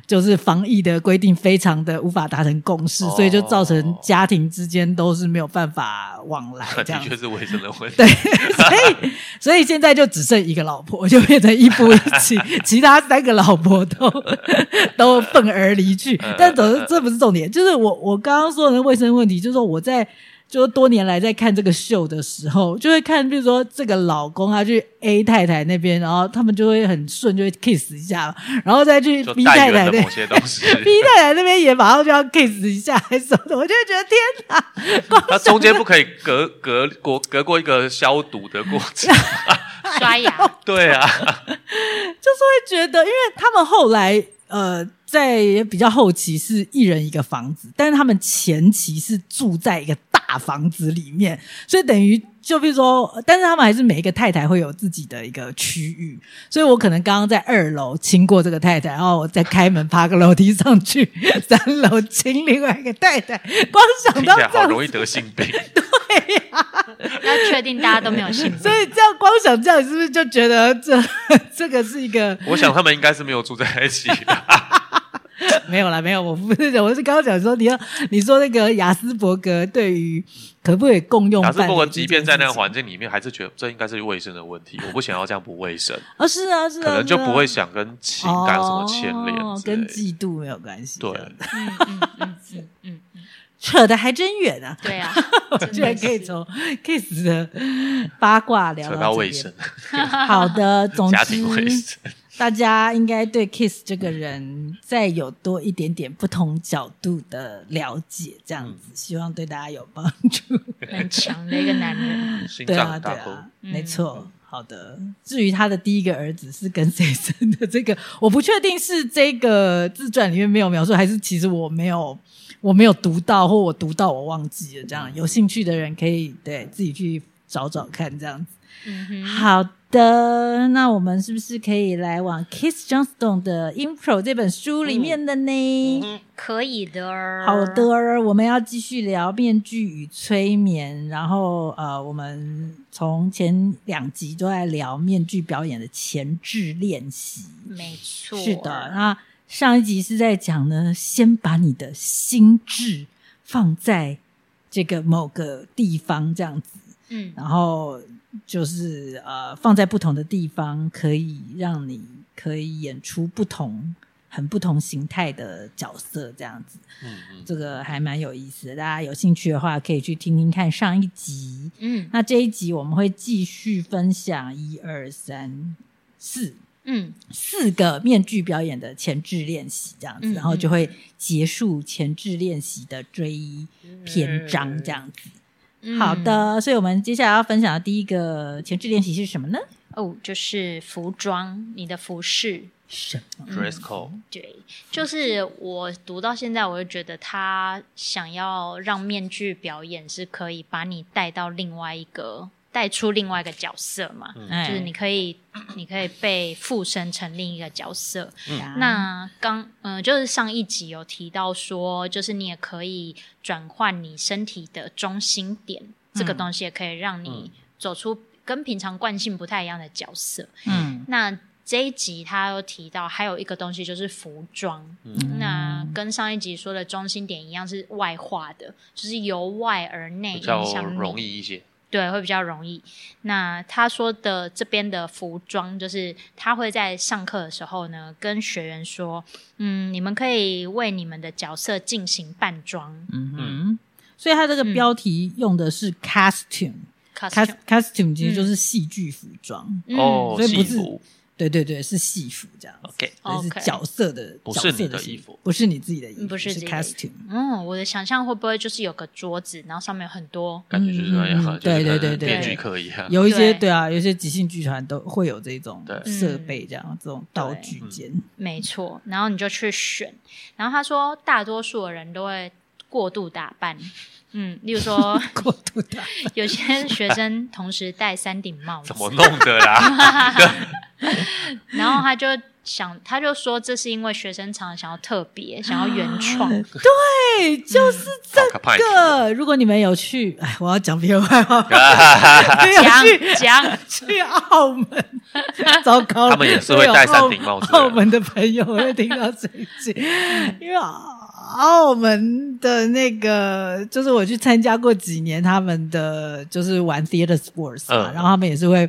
[SPEAKER 4] 就是防疫的规定非常的无法达成共识，
[SPEAKER 2] 哦
[SPEAKER 4] 所以就造成家庭之间都是没有办法往 来这
[SPEAKER 2] 的
[SPEAKER 4] 样子。
[SPEAKER 2] 确是卫生的问题。
[SPEAKER 4] 对，所以所以现在就只剩一个老婆，就变成一夫一 妻，其他三个老婆都都愤而离去
[SPEAKER 2] 嗯。
[SPEAKER 4] 但总之这不是重点，就是我我刚刚说的那卫生问题，就是说我在。就是多年来在看这个秀的时候，就会看，比如说这个老公他去 A 太太那边，然后他们就会很顺，就会 kiss 一下，然后再去
[SPEAKER 2] 就
[SPEAKER 4] B
[SPEAKER 2] 代
[SPEAKER 4] 太
[SPEAKER 2] 言
[SPEAKER 4] 太
[SPEAKER 2] 的
[SPEAKER 4] 那
[SPEAKER 2] 某些东西，
[SPEAKER 4] B 太太那边也马上就要 kiss 一下，还是什么的，我就会觉得天哪，
[SPEAKER 2] 它中间不可以隔隔过隔过一个消毒的过 程。
[SPEAKER 4] 哎
[SPEAKER 3] 刷牙，
[SPEAKER 2] 对啊，
[SPEAKER 4] 就是会觉得，因为他们后来呃，在比较后期是一人一个房子，但是他们前期是住在一个大房子里面，所以等于就比如说，呃但是他们还是每一个太太会有自己的一个区域，所以我可能刚刚在二楼亲过这个太太，然后我再开门爬个楼梯上去，三楼亲另外一个太太，光想
[SPEAKER 2] 听
[SPEAKER 4] 到这
[SPEAKER 2] 起来
[SPEAKER 4] 样
[SPEAKER 2] 好容易得性病。
[SPEAKER 3] 要确定大家都没有 性病
[SPEAKER 4] 所以这样光想这样，是不是就觉得这 这个是一个
[SPEAKER 2] 我想他们应该是没有住在一起的。
[SPEAKER 4] 没有啦，没有，我不是，我是刚刚讲说，你要你说那个雅斯伯格对于可不可以共用
[SPEAKER 2] 雅
[SPEAKER 4] 伴侣这件事情，
[SPEAKER 2] 斯伯格即便在那个环境里面，还是觉得这应该是卫生的问题。我不想要这样不 卫生，
[SPEAKER 4] 啊，是啊，是啊，
[SPEAKER 2] 可能就是
[SPEAKER 4] 啊
[SPEAKER 2] 不会想跟情感有什么牵连
[SPEAKER 4] 哦，
[SPEAKER 2] 之类
[SPEAKER 4] 跟啊
[SPEAKER 2] 的。
[SPEAKER 4] 嫉妒没有关系，
[SPEAKER 2] 对
[SPEAKER 4] 这样
[SPEAKER 3] 嗯嗯嗯嗯嗯嗯，
[SPEAKER 4] 扯得还真远 啊，
[SPEAKER 3] 对啊，
[SPEAKER 4] 居然可以从 kiss 的八卦聊
[SPEAKER 2] 扯到
[SPEAKER 4] 这
[SPEAKER 2] 卫
[SPEAKER 4] 边
[SPEAKER 2] 生，，
[SPEAKER 4] 好的，总
[SPEAKER 2] 家庭卫
[SPEAKER 4] 之
[SPEAKER 2] 生，
[SPEAKER 4] 大家应该对 kiss 这个人再有多一点点不同角度的了解，这样
[SPEAKER 2] 嗯
[SPEAKER 4] 子，希望对大家有帮助。
[SPEAKER 3] 很强的一个 男人，
[SPEAKER 2] 心
[SPEAKER 4] 对啊，
[SPEAKER 2] 脏
[SPEAKER 4] 对
[SPEAKER 2] 大沟
[SPEAKER 4] 啊，
[SPEAKER 3] 嗯
[SPEAKER 4] 没错。好的，至于他的第一个儿子是跟谁生的，这个我不确定是这个自传里面没有描述，还是其实我没有我没有读到，或我读到我忘记了。这
[SPEAKER 3] 嗯
[SPEAKER 4] 样有兴趣的人可以对自己去找找看，这样子。
[SPEAKER 3] 嗯哼，
[SPEAKER 4] 好的，那我们是不是可以来往 Kiss Johnston 的《Impro》这本书里面的呢？
[SPEAKER 3] 可以的儿，
[SPEAKER 4] 好的，我们要继续聊《面具与催眠》，然后呃，我们从前两集都在聊面具表演的前置练习。
[SPEAKER 3] 没错，
[SPEAKER 4] 是的，那上一集是在讲呢，先把你的心智放在这个某个地方，这样子，
[SPEAKER 3] 嗯，
[SPEAKER 4] 然后就是呃，放在不同的地方，可以让你可以演出不同、很不同形态的角色，这样子。
[SPEAKER 2] 嗯嗯，
[SPEAKER 4] 这个还蛮有意思的，大家有兴趣的话可以去听听看上一集。
[SPEAKER 3] 嗯
[SPEAKER 4] 那这一集我们会继续分享一二三四
[SPEAKER 3] 嗯，
[SPEAKER 4] 四个面具表演的前置练习，这样子，
[SPEAKER 3] 嗯
[SPEAKER 4] 然后就会结束前置练习的追篇章，这样子。
[SPEAKER 3] 嗯
[SPEAKER 4] 好。的，所以我们接下来要分享的第一个前置练习是什么呢？
[SPEAKER 3] 哦，就是服装，你的服饰，
[SPEAKER 4] 什么？
[SPEAKER 2] dress code，
[SPEAKER 3] 对，就是我读到现在，我就觉得他想要让面具表演是可以把你带到另外一个。带出另外一个角色嘛，
[SPEAKER 4] 哎
[SPEAKER 3] 就是你可以你可以被附身成另一个角色。
[SPEAKER 4] 啊
[SPEAKER 3] 那刚呃，就是上一集有提到说，就是你也可以转换你身体的中心点，这个
[SPEAKER 4] 嗯
[SPEAKER 3] 东西也可以让
[SPEAKER 2] 嗯
[SPEAKER 3] 你走出跟平常惯性不太一样的角色。
[SPEAKER 4] 嗯
[SPEAKER 3] 那这一集他又提到还有一个东西就是服装，
[SPEAKER 4] 嗯
[SPEAKER 3] 那跟上一集说的中心点一样是外化的，就是由外而内
[SPEAKER 4] 嗯
[SPEAKER 2] 比
[SPEAKER 3] 影
[SPEAKER 2] 较
[SPEAKER 3] 响你
[SPEAKER 2] 容易一些。
[SPEAKER 3] 对，会比较容易。那他说的这边的服装，就是他会在上课的时候呢，跟学员说，嗯，你们可以为你们的角色进行扮装
[SPEAKER 4] 嗯哼，所以它这
[SPEAKER 3] 嗯
[SPEAKER 4] 个标题用的是 costume，costume、
[SPEAKER 3] costume，
[SPEAKER 4] costume 其实就是戏剧服装，
[SPEAKER 3] 嗯
[SPEAKER 2] 哦，
[SPEAKER 4] 所以
[SPEAKER 2] 戏
[SPEAKER 4] 不是
[SPEAKER 2] 服
[SPEAKER 4] 对对对，是戏服这样子。
[SPEAKER 2] OK
[SPEAKER 4] 对是
[SPEAKER 3] 哦 OK
[SPEAKER 4] 角色的，
[SPEAKER 2] 不是你
[SPEAKER 4] 角色
[SPEAKER 2] 的
[SPEAKER 4] 戏
[SPEAKER 2] 衣服
[SPEAKER 4] 不是你自己的衣服，
[SPEAKER 3] 不是
[SPEAKER 4] 是
[SPEAKER 3] 自己的衣服
[SPEAKER 4] costume。
[SPEAKER 3] 嗯，我的想象会不会就是有个桌子，然后上面有很多
[SPEAKER 2] 感觉就是那样啊，
[SPEAKER 4] 嗯
[SPEAKER 2] 就
[SPEAKER 4] 对对
[SPEAKER 2] 是可能
[SPEAKER 4] 对对
[SPEAKER 2] 编剧课一样。
[SPEAKER 4] 有一些
[SPEAKER 3] 对
[SPEAKER 4] 对啊，有一些即兴剧团都会有这种
[SPEAKER 2] 对嗯
[SPEAKER 4] 设备，这样这种道具
[SPEAKER 2] 对
[SPEAKER 4] 间，
[SPEAKER 3] 没错，然后你就去选。然后他说，大多数的人都会过度打扮，嗯，例如说
[SPEAKER 4] 过度的。
[SPEAKER 3] 有些学生同时戴三顶帽子
[SPEAKER 2] 怎，么弄的 啦？
[SPEAKER 3] 然后他就想，他就说这是因为学生常想要特别，想要
[SPEAKER 4] 啊
[SPEAKER 3] 原 创，
[SPEAKER 4] 对，就是
[SPEAKER 2] 好可怕
[SPEAKER 4] 这个。如果你们有去，哎，我要讲别人坏 话，没有
[SPEAKER 3] 讲
[SPEAKER 4] 去
[SPEAKER 3] 讲，
[SPEAKER 4] 去澳门， 糟糕了，
[SPEAKER 2] 他们也是会戴三顶帽子的
[SPEAKER 4] 我有澳澳门的朋友会听到 这一句，因为澳门的那个就是我去参加过几年他们的就是玩 theater sports 嘛，
[SPEAKER 2] 嗯
[SPEAKER 4] 然后他们也是会。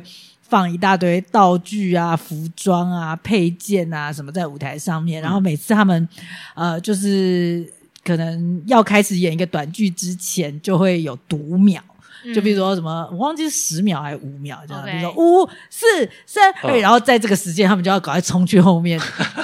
[SPEAKER 4] 放一大堆道具啊、服装啊、配件啊什么在舞台上面，
[SPEAKER 2] 嗯
[SPEAKER 4] 然后每次他们呃，就是可能要开始演一个短剧之前，就会有读秒，
[SPEAKER 3] 嗯
[SPEAKER 4] 就比如说什么，我忘记是十秒还是五秒这样，
[SPEAKER 3] OK
[SPEAKER 4] 比如说五四三二，
[SPEAKER 2] 嗯
[SPEAKER 4] 然后在这个时间，他们就要赶快冲去后 面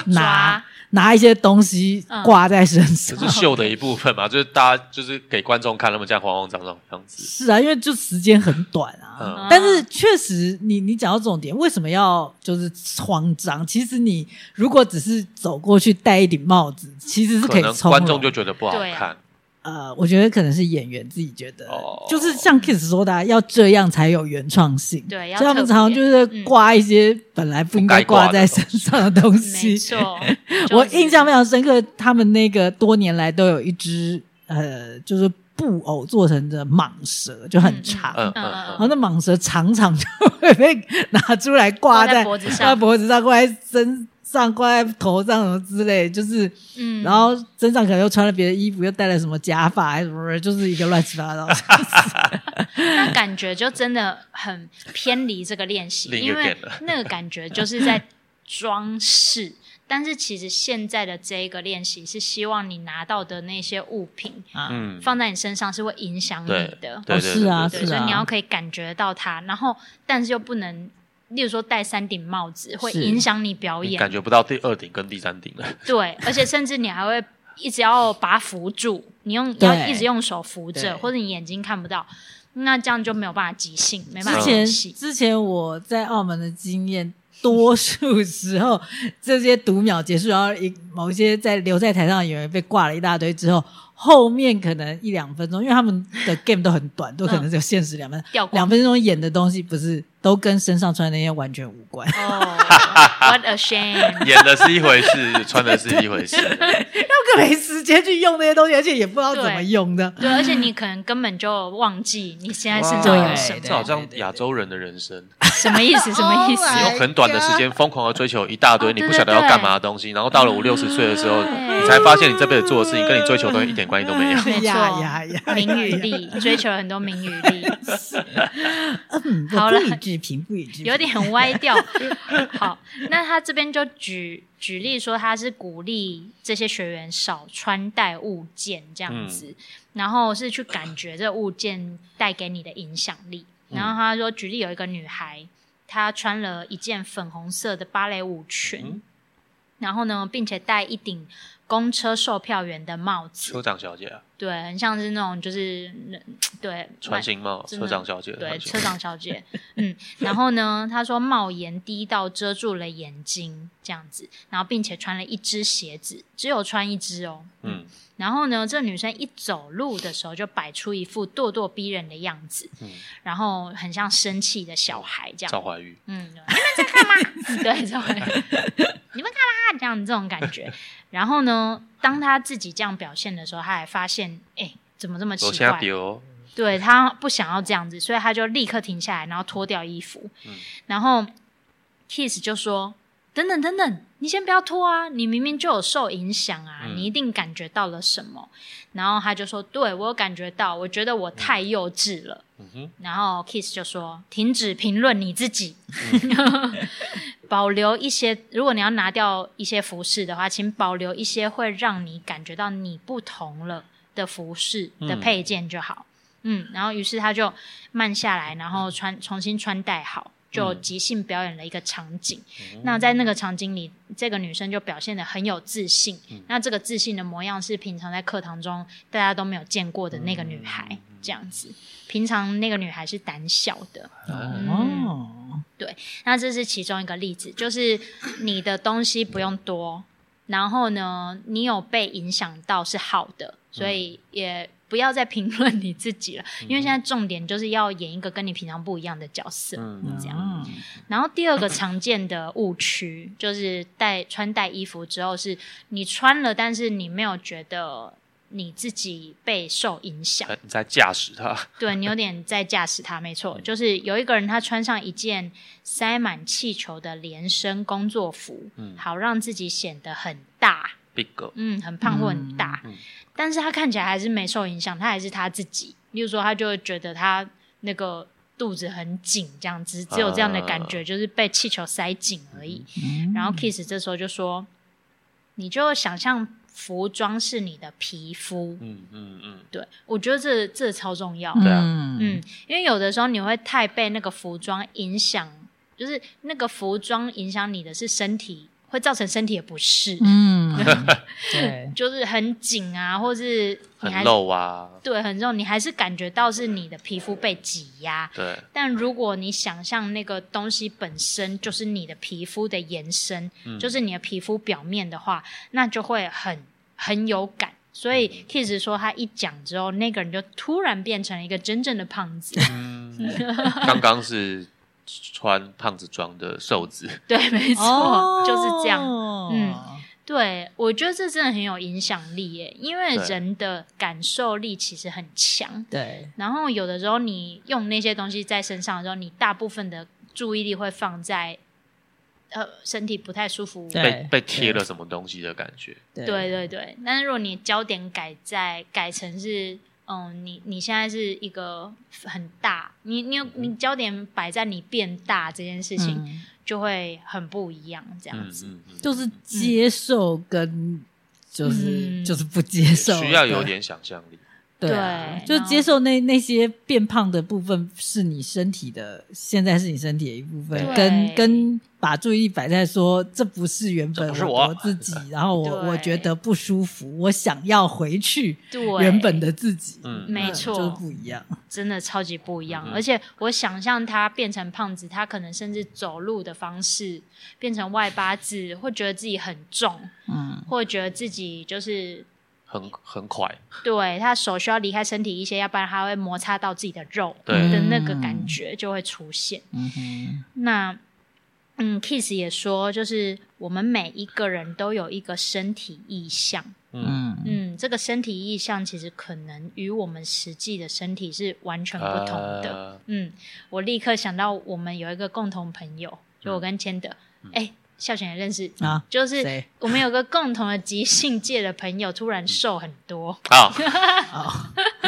[SPEAKER 4] 拿
[SPEAKER 3] 抓
[SPEAKER 4] 拿一些东西
[SPEAKER 3] 嗯
[SPEAKER 4] 挂在身
[SPEAKER 2] 这
[SPEAKER 4] 上。
[SPEAKER 2] 是秀的一部分嘛，就是大家就是给观众看他们这样慌慌张张的样子。
[SPEAKER 4] 是啊，因为就时间很短啊，
[SPEAKER 2] 嗯
[SPEAKER 4] 但是确实你，你讲到重点，为什么要就是慌张？其实你如果只是走过去戴一顶帽子，其实是
[SPEAKER 2] 可
[SPEAKER 4] 以
[SPEAKER 2] 能
[SPEAKER 4] 从
[SPEAKER 2] 观众
[SPEAKER 4] 容
[SPEAKER 2] 就觉得不好
[SPEAKER 3] 对啊
[SPEAKER 2] 看，
[SPEAKER 4] 呃，我觉得可能是演员自己觉得，
[SPEAKER 2] 哦
[SPEAKER 4] 就是像 Kiss 说的啊、要这样才有原创性。
[SPEAKER 3] 对要
[SPEAKER 4] 所以他们
[SPEAKER 3] 特别嗯
[SPEAKER 4] 常常就是挂一些本来不应该挂在身上的东西
[SPEAKER 3] 没。错，
[SPEAKER 4] 我
[SPEAKER 3] 就是
[SPEAKER 4] 印象非常深刻，他们那个多年来都有一只呃，就是布偶做成的蟒蛇，就很长。
[SPEAKER 2] 嗯嗯
[SPEAKER 3] 嗯
[SPEAKER 2] 嗯
[SPEAKER 4] 然后那蟒蛇常常就会被拿出来挂
[SPEAKER 3] 挂在脖子上
[SPEAKER 4] 挂在脖子上，挂在身上，挂在头上什么之类，就是
[SPEAKER 3] 嗯，
[SPEAKER 4] 然后身上可能又穿了别的衣服，又戴了什么假发还是什么的，就是一个乱七八糟。
[SPEAKER 3] 啊那感觉就真的很偏离这个练习，
[SPEAKER 2] 另一个
[SPEAKER 3] 因为
[SPEAKER 2] game 了
[SPEAKER 3] 那个感觉就是在装饰。但是其实现在的这一个练习是希望你拿到的那些物品
[SPEAKER 2] 嗯，
[SPEAKER 3] 放在你身上是会影响你
[SPEAKER 2] 对
[SPEAKER 3] 的，
[SPEAKER 2] 对
[SPEAKER 4] 哦
[SPEAKER 2] 对，
[SPEAKER 4] 是啊
[SPEAKER 2] 对对
[SPEAKER 3] 对，
[SPEAKER 4] 是
[SPEAKER 3] 所
[SPEAKER 4] 啊
[SPEAKER 3] 以你要可以感觉到它，然后但是又不能，例如说戴三顶帽子会
[SPEAKER 4] 是
[SPEAKER 3] 影响你表
[SPEAKER 2] 你
[SPEAKER 3] 演，
[SPEAKER 2] 感觉不到第二顶跟第三 顶了，
[SPEAKER 3] 对，而且甚至你还会一直要把它扶住，你用要
[SPEAKER 4] 对
[SPEAKER 3] 一直用手扶
[SPEAKER 4] 对
[SPEAKER 3] 着，或者你眼睛看不到，那这样就没有办法即兴，没办
[SPEAKER 4] 之
[SPEAKER 3] 法
[SPEAKER 4] 前
[SPEAKER 3] 即兴。
[SPEAKER 4] 之前我在澳门的经验，多数时候这些读秒结束，然后一某一些在留在台上的演员被挂了一大堆之后，后面可能一两分钟，因为他们的 game 都很短，都可能只有限时两分钟
[SPEAKER 3] 掉光
[SPEAKER 4] 两分钟演的东西不是都跟身上穿的那些完全无 关。
[SPEAKER 3] 哦、w h a t a shame！
[SPEAKER 2] 演的是一回事，穿的是一 回事，
[SPEAKER 4] 他们没时间去用那些东西，而且也不知道怎么用的。
[SPEAKER 3] 对，而且你可能根本就忘记你现在身上
[SPEAKER 2] 哇
[SPEAKER 3] 有什么，
[SPEAKER 2] 这好像亚洲人的人生，
[SPEAKER 3] 什么意思？什么意思
[SPEAKER 4] Oh
[SPEAKER 2] 你
[SPEAKER 4] my-
[SPEAKER 2] 用很短的时间疯狂的追求一大堆
[SPEAKER 3] 哎哦
[SPEAKER 2] 你
[SPEAKER 3] 对嗯
[SPEAKER 2] 不晓得要干嘛的东西，然后到了五六十岁的时候，
[SPEAKER 3] 对
[SPEAKER 2] 你才发现你这辈子做的事情跟你追求的东西一点关系都没有。
[SPEAKER 3] 没错
[SPEAKER 4] 呀呀呀！
[SPEAKER 3] 名与利，追求了很多名与利，
[SPEAKER 4] 嗯
[SPEAKER 3] 好了
[SPEAKER 4] 不予置评，不予置评。
[SPEAKER 3] 有点歪掉。好，那他这边就举举例说，他是鼓励这些学员少穿戴物件这样子，然后是去感觉这物件带给你的影响力。然后他说，举例有一个女孩，她穿了一件粉红色的芭蕾舞裙，
[SPEAKER 2] 嗯
[SPEAKER 3] 然后呢，并且戴一顶公车售票员的帽子，
[SPEAKER 2] 车长小姐啊，
[SPEAKER 3] 对，很像是那种就是嗯对
[SPEAKER 2] 穿行帽，
[SPEAKER 3] 真的
[SPEAKER 2] 车长小姐，
[SPEAKER 3] 对，
[SPEAKER 2] 穿行
[SPEAKER 3] 车长小姐， 嗯，然后呢，她说帽檐低到遮住了眼睛，这样子，然后并且穿了一只鞋子，只有穿一只哦，
[SPEAKER 2] 嗯，
[SPEAKER 3] 然后呢，这女生一走路的时候就摆出一副咄咄逼人的样子，
[SPEAKER 2] 嗯
[SPEAKER 3] 然后很像生气的小孩这样。
[SPEAKER 2] 赵怀玉，
[SPEAKER 3] 嗯，你们在干嘛？嗯对，这会你们干嘛？这样这种感觉。然后呢，当他自己这样表现的时候，他还发现，哎、怎么这么
[SPEAKER 2] 我
[SPEAKER 3] 奇
[SPEAKER 2] 现在哦
[SPEAKER 3] 怪？
[SPEAKER 2] 丢，
[SPEAKER 3] 对他不想要这样子，所以他就立刻停下来，然后脱掉衣服。
[SPEAKER 2] 嗯
[SPEAKER 3] 然后 Kiss 就说：“等等等等，你先不要脱啊！你明明就有受影响啊，
[SPEAKER 2] 嗯
[SPEAKER 3] 你一定感觉到了什么。”然后他就说：“对我有感觉到，我觉得我太幼稚了。
[SPEAKER 2] 嗯哼，
[SPEAKER 3] 然后 Kiss 就说：“停止评论你自己， 保留一些。如果你要拿掉一些服饰的话，请保留一些会让你感觉到你不同了的服饰的
[SPEAKER 2] 嗯
[SPEAKER 3] 配件就好。嗯”然后于是他就慢下来，然后穿重新穿戴好，就
[SPEAKER 2] 嗯
[SPEAKER 3] 即兴表演了一个场景。
[SPEAKER 2] 嗯
[SPEAKER 3] 那在那个场景里，这个女生就表现的很有自信。那这个自信的模样是平常在课堂中大家都没有见过的那个女孩，这样子。平常那个女孩是胆小的，
[SPEAKER 4] 哦，
[SPEAKER 3] 那这是其中一个例子，就是你的东西不用多，然后呢，你有被影响到是好的，所以也不要再评论你自己了，因为现在重点就是要演一个跟你平常不一样的角色。
[SPEAKER 2] 嗯
[SPEAKER 3] 这
[SPEAKER 4] 样
[SPEAKER 3] 然后第二个常见的误区就是带穿戴衣服之后，是你穿了，但是你没有觉得你自己备受影响，
[SPEAKER 2] 哎你在驾驶它，
[SPEAKER 3] 对你有点在驾驶它。没错，就是有一个人他穿上一件塞满气球的连身工作服，
[SPEAKER 2] 嗯
[SPEAKER 3] 好让自己显得很大，
[SPEAKER 2] ，big 哥，
[SPEAKER 3] 嗯，很胖或很大，但是他看起来还是没受影响，他还是他自己。例如说，他就会觉得他那个肚子很紧，这样子只有这样的感觉，就是被气球塞紧而已。
[SPEAKER 4] 嗯
[SPEAKER 3] 然后 Kiss 这时候就说：“你就想象服装是你的皮肤。
[SPEAKER 2] 嗯嗯嗯，
[SPEAKER 3] 对我觉得这这超重要。
[SPEAKER 2] 对啊
[SPEAKER 4] 嗯
[SPEAKER 3] 嗯，因为有的时候你会太被那个服装影响，就是那个服装影响你的是身体，会造成身体的不适，
[SPEAKER 4] 嗯，对，
[SPEAKER 3] 就是很紧啊，或是你还
[SPEAKER 2] 很
[SPEAKER 3] 是
[SPEAKER 2] 露啊，
[SPEAKER 3] 对，很重，你还是感觉到是你的皮肤被挤压。
[SPEAKER 2] 对，
[SPEAKER 3] 但如果你想象那个东西本身就是你的皮肤的延伸，
[SPEAKER 2] 嗯
[SPEAKER 3] 就是你的皮肤表面的话，那就会很很有感。所以
[SPEAKER 2] 嗯
[SPEAKER 3] Kiss 说他一讲之后，那个人就突然变成了一个真正的 胖子。
[SPEAKER 2] 嗯，刚刚是穿胖子装的瘦子，
[SPEAKER 3] 对，没错，
[SPEAKER 4] 哦，
[SPEAKER 3] 就是这样。嗯
[SPEAKER 4] 嗯，
[SPEAKER 3] 对，我觉得这真的很有影响力耶，因为
[SPEAKER 2] 对
[SPEAKER 3] 人的感受力其实很强。
[SPEAKER 4] 对，
[SPEAKER 3] 然后有的时候你用那些东西在身上的时候，你大部分的注意力会放在呃身体不太舒服。
[SPEAKER 4] 对
[SPEAKER 2] 被被贴了什么东西的感觉，
[SPEAKER 4] 对，
[SPEAKER 3] 对对对但是如果你焦点改在改成是。嗯，你你现在是一个很大，你你有你焦点摆在你变大这件事情，
[SPEAKER 4] 嗯
[SPEAKER 3] 就会很不一样，这样
[SPEAKER 2] 嗯
[SPEAKER 3] 子。
[SPEAKER 2] 嗯嗯，
[SPEAKER 4] 就是接受跟就是
[SPEAKER 3] 嗯
[SPEAKER 4] 就是不接受，
[SPEAKER 2] 需要有点想象力，
[SPEAKER 4] 对啊，
[SPEAKER 3] 对
[SPEAKER 4] 就接受那那些变胖的部分是你身体的，现在是你身体的一部分，
[SPEAKER 3] 对
[SPEAKER 4] 跟跟把注意力摆在说这不是原
[SPEAKER 2] 这
[SPEAKER 4] 本
[SPEAKER 2] 不是
[SPEAKER 4] 我
[SPEAKER 2] 我
[SPEAKER 4] 自己，然后我
[SPEAKER 3] 对
[SPEAKER 4] 我觉得不舒服，我想要回去
[SPEAKER 3] 对，
[SPEAKER 4] 原本的自己，
[SPEAKER 2] 嗯
[SPEAKER 3] 没错
[SPEAKER 4] 就是不一样，
[SPEAKER 3] 真的超级不一样。
[SPEAKER 2] 嗯
[SPEAKER 3] 而且我想象他变成胖子，他可能甚至走路的方式变成外八字，会觉得自己很重，
[SPEAKER 4] 嗯，
[SPEAKER 3] 或觉得自己就是
[SPEAKER 2] 很很快，
[SPEAKER 3] 对他手需要离开身体一些，要不然他会摩擦到自己的肉
[SPEAKER 2] 对
[SPEAKER 3] 的那个感觉就会出现。
[SPEAKER 4] 嗯哼，
[SPEAKER 3] 那嗯，Kiss 也说，就是我们每一个人都有一个身体意向，
[SPEAKER 2] 嗯，
[SPEAKER 4] 嗯
[SPEAKER 3] 嗯，这个身体意向其实可能与我们实际的身体是完全不同的。
[SPEAKER 2] 呃
[SPEAKER 3] 嗯，我立刻想到我们有一个共同朋友，就我跟千德，哎、孝贤也认识，
[SPEAKER 4] 啊，
[SPEAKER 3] 就是
[SPEAKER 4] 谁
[SPEAKER 3] 我们有个共同的即兴界的朋友，突然瘦很多。
[SPEAKER 2] 好，
[SPEAKER 4] 哦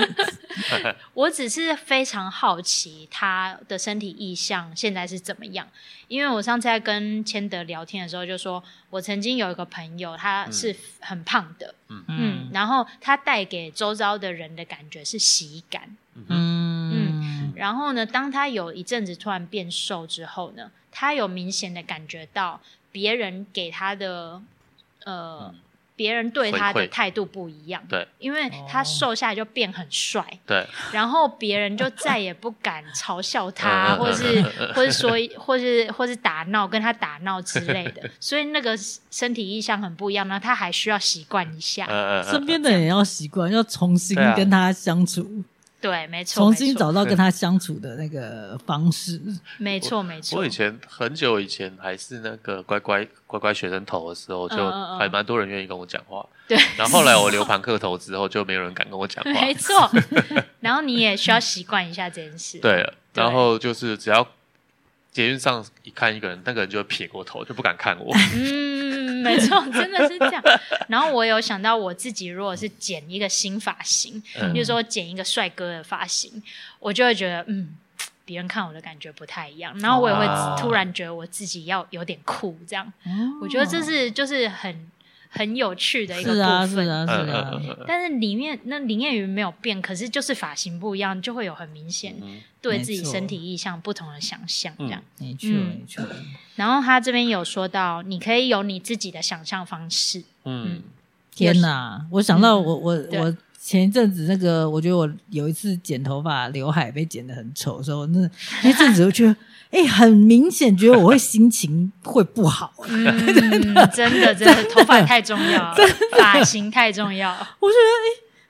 [SPEAKER 3] 我只是非常好奇他的身体意向现在是怎么样，因为我上次在跟千德聊天的时候就说，我曾经有一个朋友，他是很胖的，嗯，然后他带给周遭的人的感觉是喜感，
[SPEAKER 4] 嗯
[SPEAKER 3] 然后呢，当他有一阵子突然变瘦之后呢，他有明显的感觉到别人给他的呃、别人对他
[SPEAKER 2] 嗯回
[SPEAKER 3] 的
[SPEAKER 2] 馈
[SPEAKER 3] 态度不一样。
[SPEAKER 2] 对，
[SPEAKER 3] 因为
[SPEAKER 2] 哦
[SPEAKER 3] 他瘦下来就变很帅，
[SPEAKER 2] 对，
[SPEAKER 3] 然后别人就再也不敢嘲笑他，
[SPEAKER 2] 嗯嗯嗯
[SPEAKER 3] 或是或是说，或是或是打闹，跟他打闹之 类的。所以那个身体意向很不一样，然后他还需要习惯一下。
[SPEAKER 2] 呃，
[SPEAKER 4] 身边的人要习惯，要重新
[SPEAKER 2] 对啊
[SPEAKER 4] 跟他相处，
[SPEAKER 3] 对，没错，
[SPEAKER 4] 重新
[SPEAKER 3] 没错
[SPEAKER 4] 找到跟他相处的那个方式。
[SPEAKER 3] 没错，没错。
[SPEAKER 2] 我以前很久以前还是那个乖乖乖乖学生头的时候，就
[SPEAKER 3] 嗯嗯嗯
[SPEAKER 2] 还蛮多人愿意跟我讲话。
[SPEAKER 3] 对，
[SPEAKER 2] 然后后来我留盘客头之后，就没有人敢跟我讲话。
[SPEAKER 3] 没错。然后你也需要习惯一下这件事。，
[SPEAKER 2] 对，
[SPEAKER 3] 对
[SPEAKER 2] 然后就是只要捷运上一看一个人，那个人就会撇过头，就不敢看 我。
[SPEAKER 3] 嗯，没错， 真的是这样。然后我有想到我自己，如果是剪一个新发型，
[SPEAKER 2] 嗯
[SPEAKER 3] 比如说剪一个帅哥的发型，我就会觉得嗯。别人看我的感觉不太一样，然后我也
[SPEAKER 2] 哦
[SPEAKER 3] 会突然觉得我自己要有点酷，这样、我觉得这是就是很很有趣的一个
[SPEAKER 4] 哦是啊，
[SPEAKER 3] 部
[SPEAKER 4] 是
[SPEAKER 3] 分。
[SPEAKER 4] 啊，
[SPEAKER 2] 嗯
[SPEAKER 4] 是
[SPEAKER 2] 嗯
[SPEAKER 4] 啊
[SPEAKER 2] 嗯。嗯嗯
[SPEAKER 3] 但是里面那林彦宇没有变，可是就是发型不一样，就会有很明显
[SPEAKER 2] 嗯，
[SPEAKER 3] 对自己
[SPEAKER 4] 没错
[SPEAKER 3] 身体意向不同的想象这样。
[SPEAKER 4] 没错，
[SPEAKER 3] 嗯
[SPEAKER 4] 没错。
[SPEAKER 3] 然后他这边有说到，你可以有你自己的想象方式，
[SPEAKER 2] 嗯
[SPEAKER 4] 天哪！我想到我我
[SPEAKER 3] 对
[SPEAKER 4] 我前一阵子那个，我觉得我有一次剪头发，刘海被剪得很丑的时候，那 那阵子我觉得，哎、很明显觉得我会心情会不好。
[SPEAKER 3] 嗯，真的真的头发太重 要了，发型太重要了，
[SPEAKER 4] 我觉得，哎、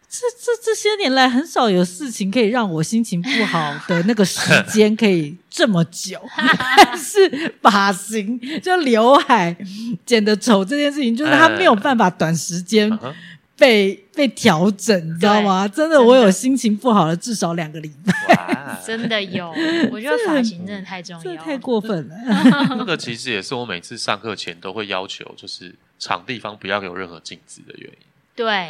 [SPEAKER 4] 这这这些年来很少有事情可以让我心情不好的那个时间可以这么久，但是发型就刘海剪得丑这件事情，就是它没有办法短时间
[SPEAKER 2] 嗯哼
[SPEAKER 4] 被被调整，你知道吗？真的，
[SPEAKER 3] 真的，
[SPEAKER 4] 我有心情不好了至少两个礼拜，
[SPEAKER 2] 哇
[SPEAKER 3] 真的有，我觉得发型真的太重
[SPEAKER 4] 这
[SPEAKER 3] 要
[SPEAKER 4] 太
[SPEAKER 3] 了。
[SPEAKER 4] 过分了。
[SPEAKER 2] 那个其实也是我每次上课前都会要求，就是场地方不要有任何镜子的原因。
[SPEAKER 3] 对，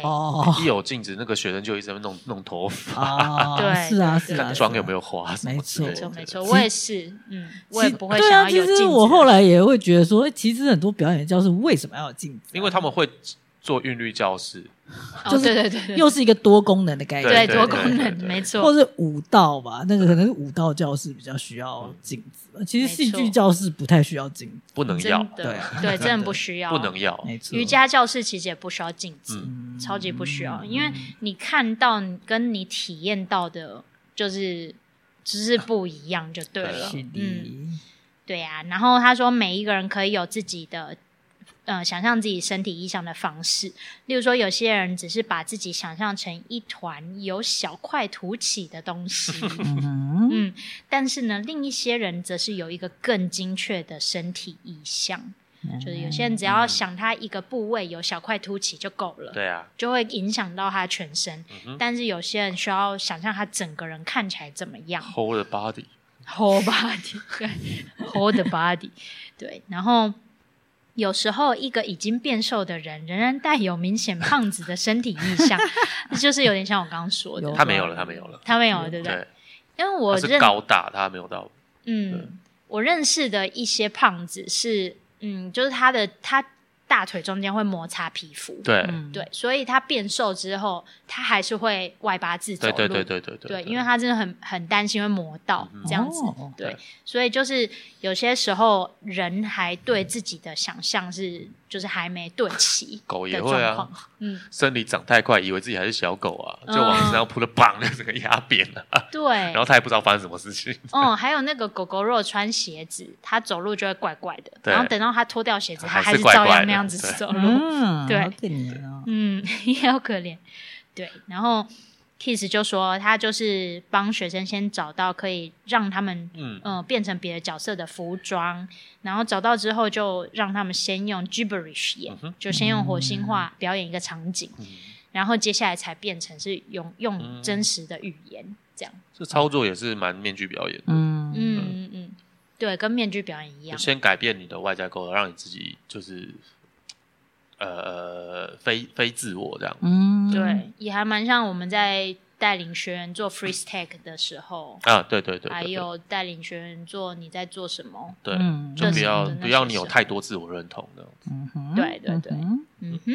[SPEAKER 4] 哦
[SPEAKER 2] 一有镜子，那个学生就一直在那边弄弄 头发，
[SPEAKER 4] 哦，
[SPEAKER 3] 对
[SPEAKER 4] 是啊，
[SPEAKER 3] 对
[SPEAKER 4] 是啊，
[SPEAKER 2] 看
[SPEAKER 4] 是
[SPEAKER 2] 妆
[SPEAKER 4] 啊
[SPEAKER 2] 有没有花什么之类
[SPEAKER 3] 没
[SPEAKER 2] 的
[SPEAKER 3] 错没错，
[SPEAKER 4] 其
[SPEAKER 3] 我也是，嗯，我也
[SPEAKER 4] 其
[SPEAKER 3] 不会
[SPEAKER 4] 对
[SPEAKER 3] 想
[SPEAKER 4] 啊，
[SPEAKER 3] 要有
[SPEAKER 4] 其
[SPEAKER 3] 镜
[SPEAKER 4] 实
[SPEAKER 3] 子。
[SPEAKER 4] 我后来也会觉得说，诶其实很多表演教室为什么要有镜子？
[SPEAKER 2] 因为他们会做韵律教室，
[SPEAKER 3] 哦
[SPEAKER 4] 就是
[SPEAKER 3] 对对对对，
[SPEAKER 4] 又是一个多功能的概念，
[SPEAKER 3] 对
[SPEAKER 2] 对
[SPEAKER 3] 多
[SPEAKER 2] 对
[SPEAKER 3] 功
[SPEAKER 2] 对
[SPEAKER 3] 能，
[SPEAKER 2] 对
[SPEAKER 3] 没
[SPEAKER 4] 或
[SPEAKER 3] 错，
[SPEAKER 4] 是舞蹈吧，那个可能是舞蹈教室比较需要镜
[SPEAKER 3] 嗯
[SPEAKER 4] 子，其实戏
[SPEAKER 3] 没
[SPEAKER 4] 剧
[SPEAKER 3] 错
[SPEAKER 4] 教室不太需要镜子，
[SPEAKER 2] 不能
[SPEAKER 3] 真
[SPEAKER 2] 要，
[SPEAKER 4] 对
[SPEAKER 3] 的
[SPEAKER 4] 啊
[SPEAKER 3] 对，真的不需要，
[SPEAKER 2] 不能要，
[SPEAKER 4] 没错。
[SPEAKER 3] 瑜伽教室其实也不需要镜子，
[SPEAKER 2] 嗯
[SPEAKER 3] 超级不需要，因为你看到跟你体验到的，就是只是不一样就对
[SPEAKER 2] 啊
[SPEAKER 3] 了。
[SPEAKER 4] 是
[SPEAKER 3] 嗯，
[SPEAKER 4] 的，
[SPEAKER 3] 对啊。然后他说，每一个人可以有自己的。呃，想象自己身体意象的方式，例如说，有些人只是把自己想象成一团有小块凸起的东西，
[SPEAKER 4] 嗯，
[SPEAKER 3] 嗯，但是呢，另一些人则是有一个更精确的身体意象，就是有些人只要想他一个部位有小块凸起就够了，
[SPEAKER 2] 对啊，嗯
[SPEAKER 3] 就会影响到他全身。但是有些人需要想象他整个人看起来怎么样
[SPEAKER 2] hold the body，
[SPEAKER 3] ，whole body，对 ，whole the body，对， 然后。有时候，一个已经变瘦的人仍然带有明显胖子的身体意象， 这就是有点像我刚刚说的
[SPEAKER 4] 有，
[SPEAKER 2] 他没有了，他没有了，
[SPEAKER 3] 他没有，对不对？
[SPEAKER 2] 对，
[SPEAKER 3] 因为我
[SPEAKER 2] 他
[SPEAKER 3] 认
[SPEAKER 2] 是高大，他没有到，对
[SPEAKER 3] 嗯，我认识的一些胖子是，嗯，就是他的他大腿中间会摩擦皮肤，
[SPEAKER 2] 对，
[SPEAKER 4] 嗯
[SPEAKER 3] 对所以他变瘦之后，他还是会外八字走
[SPEAKER 2] 对
[SPEAKER 3] 路，
[SPEAKER 2] 对对对对嗯
[SPEAKER 3] 对因为他真的很很担心会磨到、这样子，
[SPEAKER 4] 哦
[SPEAKER 3] 对
[SPEAKER 2] 对，
[SPEAKER 3] 所以就是有些时候人还对自己的想象是，就是还没对 齐
[SPEAKER 2] 狗也
[SPEAKER 3] 的
[SPEAKER 2] 会
[SPEAKER 3] 状
[SPEAKER 2] 啊
[SPEAKER 3] 况，嗯，
[SPEAKER 2] 身体长太快，以为自己还是小狗啊，就往
[SPEAKER 3] 嗯
[SPEAKER 2] 身上扑的，棒，就整个压扁了，
[SPEAKER 3] 对
[SPEAKER 2] 然，后他也不知道发生什么事情，
[SPEAKER 3] 嗯，还有那个狗狗如果穿鞋子，它走路就会怪怪的，
[SPEAKER 2] 对
[SPEAKER 3] 然后等到它脱掉鞋子，它
[SPEAKER 2] 还
[SPEAKER 3] 还
[SPEAKER 2] 是
[SPEAKER 3] 是
[SPEAKER 2] 怪
[SPEAKER 3] 照
[SPEAKER 2] 怪
[SPEAKER 3] 样
[SPEAKER 2] 的
[SPEAKER 3] 那样子
[SPEAKER 2] 对
[SPEAKER 3] 走路。
[SPEAKER 4] 嗯，
[SPEAKER 3] 对
[SPEAKER 4] 好可怜哦，
[SPEAKER 3] 嗯，也好可怜。对，然后 Kiss 就说他就是帮学生先找到可以让他们
[SPEAKER 2] 嗯，
[SPEAKER 3] 嗯、呃变成别的角色的服装，然后找到之后就让他们先用 gibberish 演，
[SPEAKER 2] 嗯哼嗯
[SPEAKER 3] 就先用火星话表演一个场景，然后接下来才变成是用用
[SPEAKER 2] 嗯
[SPEAKER 3] 真实的语言这样。
[SPEAKER 2] 这操作也是蛮面具表演的，
[SPEAKER 4] 嗯
[SPEAKER 3] 嗯嗯嗯，对，跟面具表演一
[SPEAKER 2] 就
[SPEAKER 3] 样。
[SPEAKER 2] 先改变你的外在构造，让你自己就是呃非非自我这样，
[SPEAKER 4] 嗯，
[SPEAKER 3] 对，也还蛮像我们在带领学员做 free stack 的时候，
[SPEAKER 2] 啊，对对对，对
[SPEAKER 3] 还
[SPEAKER 2] 对
[SPEAKER 3] 有带领学员做你在做什么。
[SPEAKER 2] 对，
[SPEAKER 4] 嗯
[SPEAKER 2] 就不
[SPEAKER 3] 热
[SPEAKER 2] 要
[SPEAKER 3] 情的那
[SPEAKER 2] 不要
[SPEAKER 3] 些
[SPEAKER 2] 你有
[SPEAKER 3] 事
[SPEAKER 2] 太多自我认同的，
[SPEAKER 4] 嗯哼，
[SPEAKER 3] 对对对
[SPEAKER 4] 嗯哼
[SPEAKER 3] 嗯哼，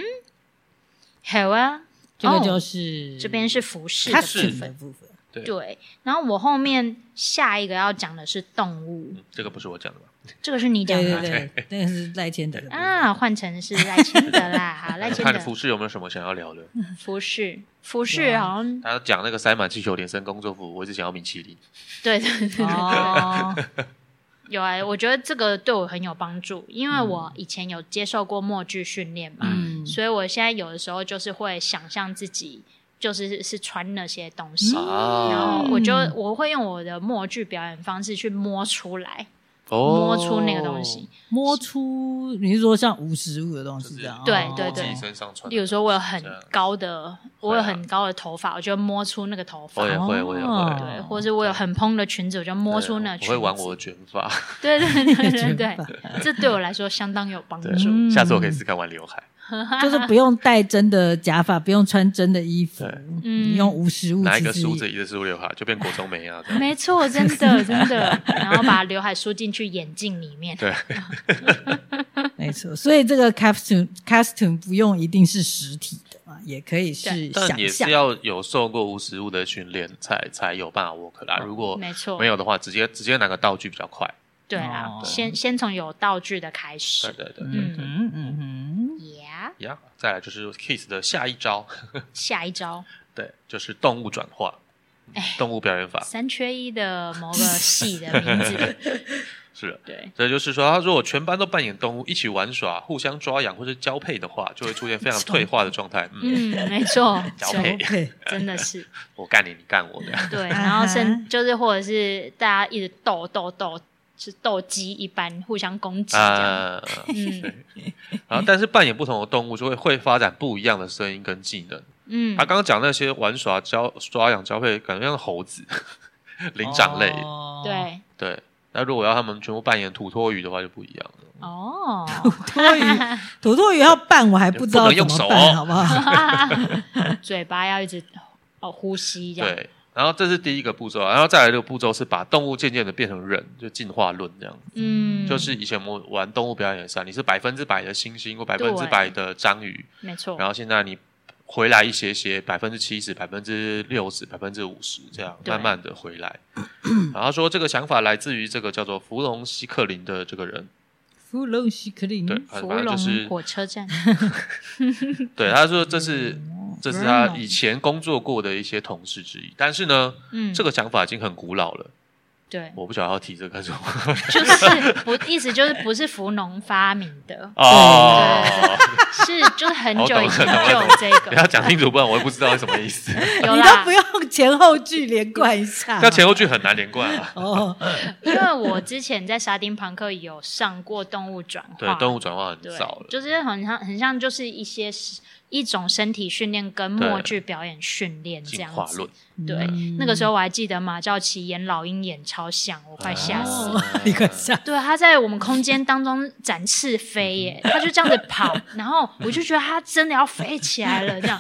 [SPEAKER 3] 好啊，
[SPEAKER 4] 这个
[SPEAKER 3] 哦
[SPEAKER 4] 就是
[SPEAKER 3] 这边是服饰的
[SPEAKER 4] 它是
[SPEAKER 3] 部
[SPEAKER 4] 的
[SPEAKER 3] 分。
[SPEAKER 4] 部分，
[SPEAKER 2] 对
[SPEAKER 3] 对，然后我后面下一个要讲的是动物，
[SPEAKER 2] 嗯这个不是我讲的吧？
[SPEAKER 3] 这个是你讲
[SPEAKER 4] 对
[SPEAKER 3] 的吗
[SPEAKER 4] 对对，那个是赖千德的部分。
[SPEAKER 3] 啊，换成是赖清德啦，好，赖清
[SPEAKER 2] 看服
[SPEAKER 3] 德
[SPEAKER 2] 饰有没有什么想要聊的？
[SPEAKER 3] 服饰，服饰好像
[SPEAKER 2] 他讲那个塞满气球连身工作服，我一直想要米其林。
[SPEAKER 3] 对对对对，
[SPEAKER 4] 哦，
[SPEAKER 3] 有啊、我觉得这个对我很有帮助，因为我以前有接受过默剧训练嘛，
[SPEAKER 4] 嗯，
[SPEAKER 3] 所以我现在有的时候就是会想象自己就是是穿那些东西，
[SPEAKER 2] 哦
[SPEAKER 3] 嗯然后我就我会用我的默剧表演方式去摸出来，
[SPEAKER 2] 哦，
[SPEAKER 3] 摸出那个东西。
[SPEAKER 4] 摸出你是说像无实物的东西这样？
[SPEAKER 3] 对
[SPEAKER 4] 哦
[SPEAKER 3] 对
[SPEAKER 2] 自己
[SPEAKER 3] 对
[SPEAKER 2] 身上穿的东西。
[SPEAKER 3] 例如说，我有很
[SPEAKER 2] 这样啊
[SPEAKER 3] 高的，我有很高的头发，我就摸出那个头发
[SPEAKER 2] 我。也会，我也
[SPEAKER 4] 哦
[SPEAKER 2] 会，
[SPEAKER 3] 对，或者我有很蓬的裙子，我就摸出那
[SPEAKER 2] 我
[SPEAKER 3] 裙
[SPEAKER 2] 会
[SPEAKER 3] 子。
[SPEAKER 2] 玩我的卷发，
[SPEAKER 3] 对对对对
[SPEAKER 4] 卷
[SPEAKER 3] 对
[SPEAKER 4] 发，
[SPEAKER 3] 这对我来说相当有帮
[SPEAKER 2] 对
[SPEAKER 3] 助。
[SPEAKER 4] 嗯，
[SPEAKER 2] 下次我可以试试看玩刘海，
[SPEAKER 4] 就是不用戴真的假发，不用穿真的衣服
[SPEAKER 2] 对，
[SPEAKER 3] 嗯
[SPEAKER 4] 你用无实物
[SPEAKER 2] 拿一
[SPEAKER 4] 其
[SPEAKER 2] 个
[SPEAKER 4] 实
[SPEAKER 2] 梳
[SPEAKER 4] 也
[SPEAKER 2] 子，一个梳刘海，就变国中美 啊，这样
[SPEAKER 3] 没错，真的真的，然后把刘海梳进去眼镜里面。
[SPEAKER 2] 对，
[SPEAKER 4] 没错，所以这个 costume costume 不用一定是实体的嘛，也可以是
[SPEAKER 2] 但
[SPEAKER 4] 想
[SPEAKER 2] 也
[SPEAKER 4] 象
[SPEAKER 2] 是。要有受过无实物的训练才才有办法 work 啦。如果
[SPEAKER 3] 没错，
[SPEAKER 2] 没有的话，直接直接拿个道具比较快。
[SPEAKER 3] 对啦
[SPEAKER 4] 哦，
[SPEAKER 3] 先先从有道具的开
[SPEAKER 2] 对
[SPEAKER 3] 始。
[SPEAKER 2] 对对对
[SPEAKER 4] 嗯
[SPEAKER 2] 对，
[SPEAKER 4] 嗯嗯嗯，
[SPEAKER 3] Yeah，
[SPEAKER 2] 呀，再来就是 kiss 的下一招，
[SPEAKER 3] 下一招
[SPEAKER 2] 对，就是动物转化
[SPEAKER 3] 哎，
[SPEAKER 2] 动物表演法
[SPEAKER 3] 三缺一的某个系的 名字，
[SPEAKER 2] 是的。
[SPEAKER 3] 对，
[SPEAKER 2] 这就是说，他如果全班都扮演动物一起玩耍、互相抓痒或者交配的话，就会出现非常退化的状态。嗯，
[SPEAKER 3] 嗯，没错，
[SPEAKER 2] 交配，
[SPEAKER 4] 对，
[SPEAKER 3] 真的是
[SPEAKER 2] 我干你，你干我 的。
[SPEAKER 3] 对，
[SPEAKER 4] 啊哈
[SPEAKER 3] 然后甚就是或者是大家一直斗斗斗，是斗鸡一般互相攻击这样。
[SPEAKER 2] 啊，
[SPEAKER 3] 嗯
[SPEAKER 2] 然后但是扮演不同的动物就会会发展不一样的声音跟技能。
[SPEAKER 3] 嗯
[SPEAKER 2] 他，刚刚讲那些玩耍、交抓痒、交配，感觉像猴子、 灵长类。
[SPEAKER 4] 哦，
[SPEAKER 3] 对，
[SPEAKER 2] 对，那如果要他们全部扮演土托鱼的话，就不一样了。
[SPEAKER 3] 哦，
[SPEAKER 4] 托鱼， 土托鱼要办，我还不知道
[SPEAKER 2] 不
[SPEAKER 4] 怎
[SPEAKER 2] 能用
[SPEAKER 4] 么
[SPEAKER 2] 手哦
[SPEAKER 4] 办，好不好？
[SPEAKER 3] 嘴巴要一直哦呼吸这样。
[SPEAKER 2] 对，然后这是第一个步骤啊，然后再来这个步骤是把动物渐渐的变成人，就进化论这样。
[SPEAKER 3] 嗯，
[SPEAKER 2] 就是以前我们玩动物表演也是啊，你是百分之百的猩猩或百分之百的章鱼，
[SPEAKER 3] 没错
[SPEAKER 2] 然，后现在你回来一些些，百分之七十、百分之六十、百分之五十这样，
[SPEAKER 3] 对
[SPEAKER 2] 慢慢的回来。然后说这个想法来自于这个叫做弗隆西克林的这个人，
[SPEAKER 4] 芙蓉西克林，
[SPEAKER 2] 对，
[SPEAKER 3] 芙
[SPEAKER 2] 反正就是
[SPEAKER 3] 蓉火嗯车 站。
[SPEAKER 2] 对，他说这是这
[SPEAKER 3] 嗯
[SPEAKER 2] 是他以前工作过的一些同事之一，但是呢，
[SPEAKER 3] 嗯，
[SPEAKER 2] 这个想法已经很古老了，
[SPEAKER 3] 对，
[SPEAKER 2] 我不想要提这个干什 么。
[SPEAKER 3] 就是不意思就是不是福农发明 的，
[SPEAKER 2] 哦，
[SPEAKER 3] 是就是很久以
[SPEAKER 2] 我
[SPEAKER 3] 前
[SPEAKER 2] 懂了
[SPEAKER 3] 就有这
[SPEAKER 2] 不 要
[SPEAKER 3] 个，
[SPEAKER 2] 讲清楚，不然我也不知道是什么意 思。
[SPEAKER 3] 有
[SPEAKER 4] 你都
[SPEAKER 3] 啦
[SPEAKER 4] 不。用前后句连贯一下，
[SPEAKER 2] 那前后句很难连贯 啊。
[SPEAKER 4] 哦，
[SPEAKER 3] 因为我之前在沙丁朋克有上过动物转化，
[SPEAKER 2] 对，动物转化很
[SPEAKER 3] 对
[SPEAKER 2] 早了。
[SPEAKER 3] 就是很像很像就是一些一种身体训练跟默剧表演训练这
[SPEAKER 2] 进
[SPEAKER 3] 样
[SPEAKER 2] 化
[SPEAKER 3] 子
[SPEAKER 2] 论。，
[SPEAKER 3] 对，
[SPEAKER 4] 嗯
[SPEAKER 3] 那个时候我还记得马兆奇演老鹰演超像，我快吓死了。
[SPEAKER 4] 哦你快吓，
[SPEAKER 3] 对，他在我们空间当中展翅飞耶，
[SPEAKER 2] 嗯
[SPEAKER 3] 他就这样子跑，然后我就觉得他真的要飞起来了，这样。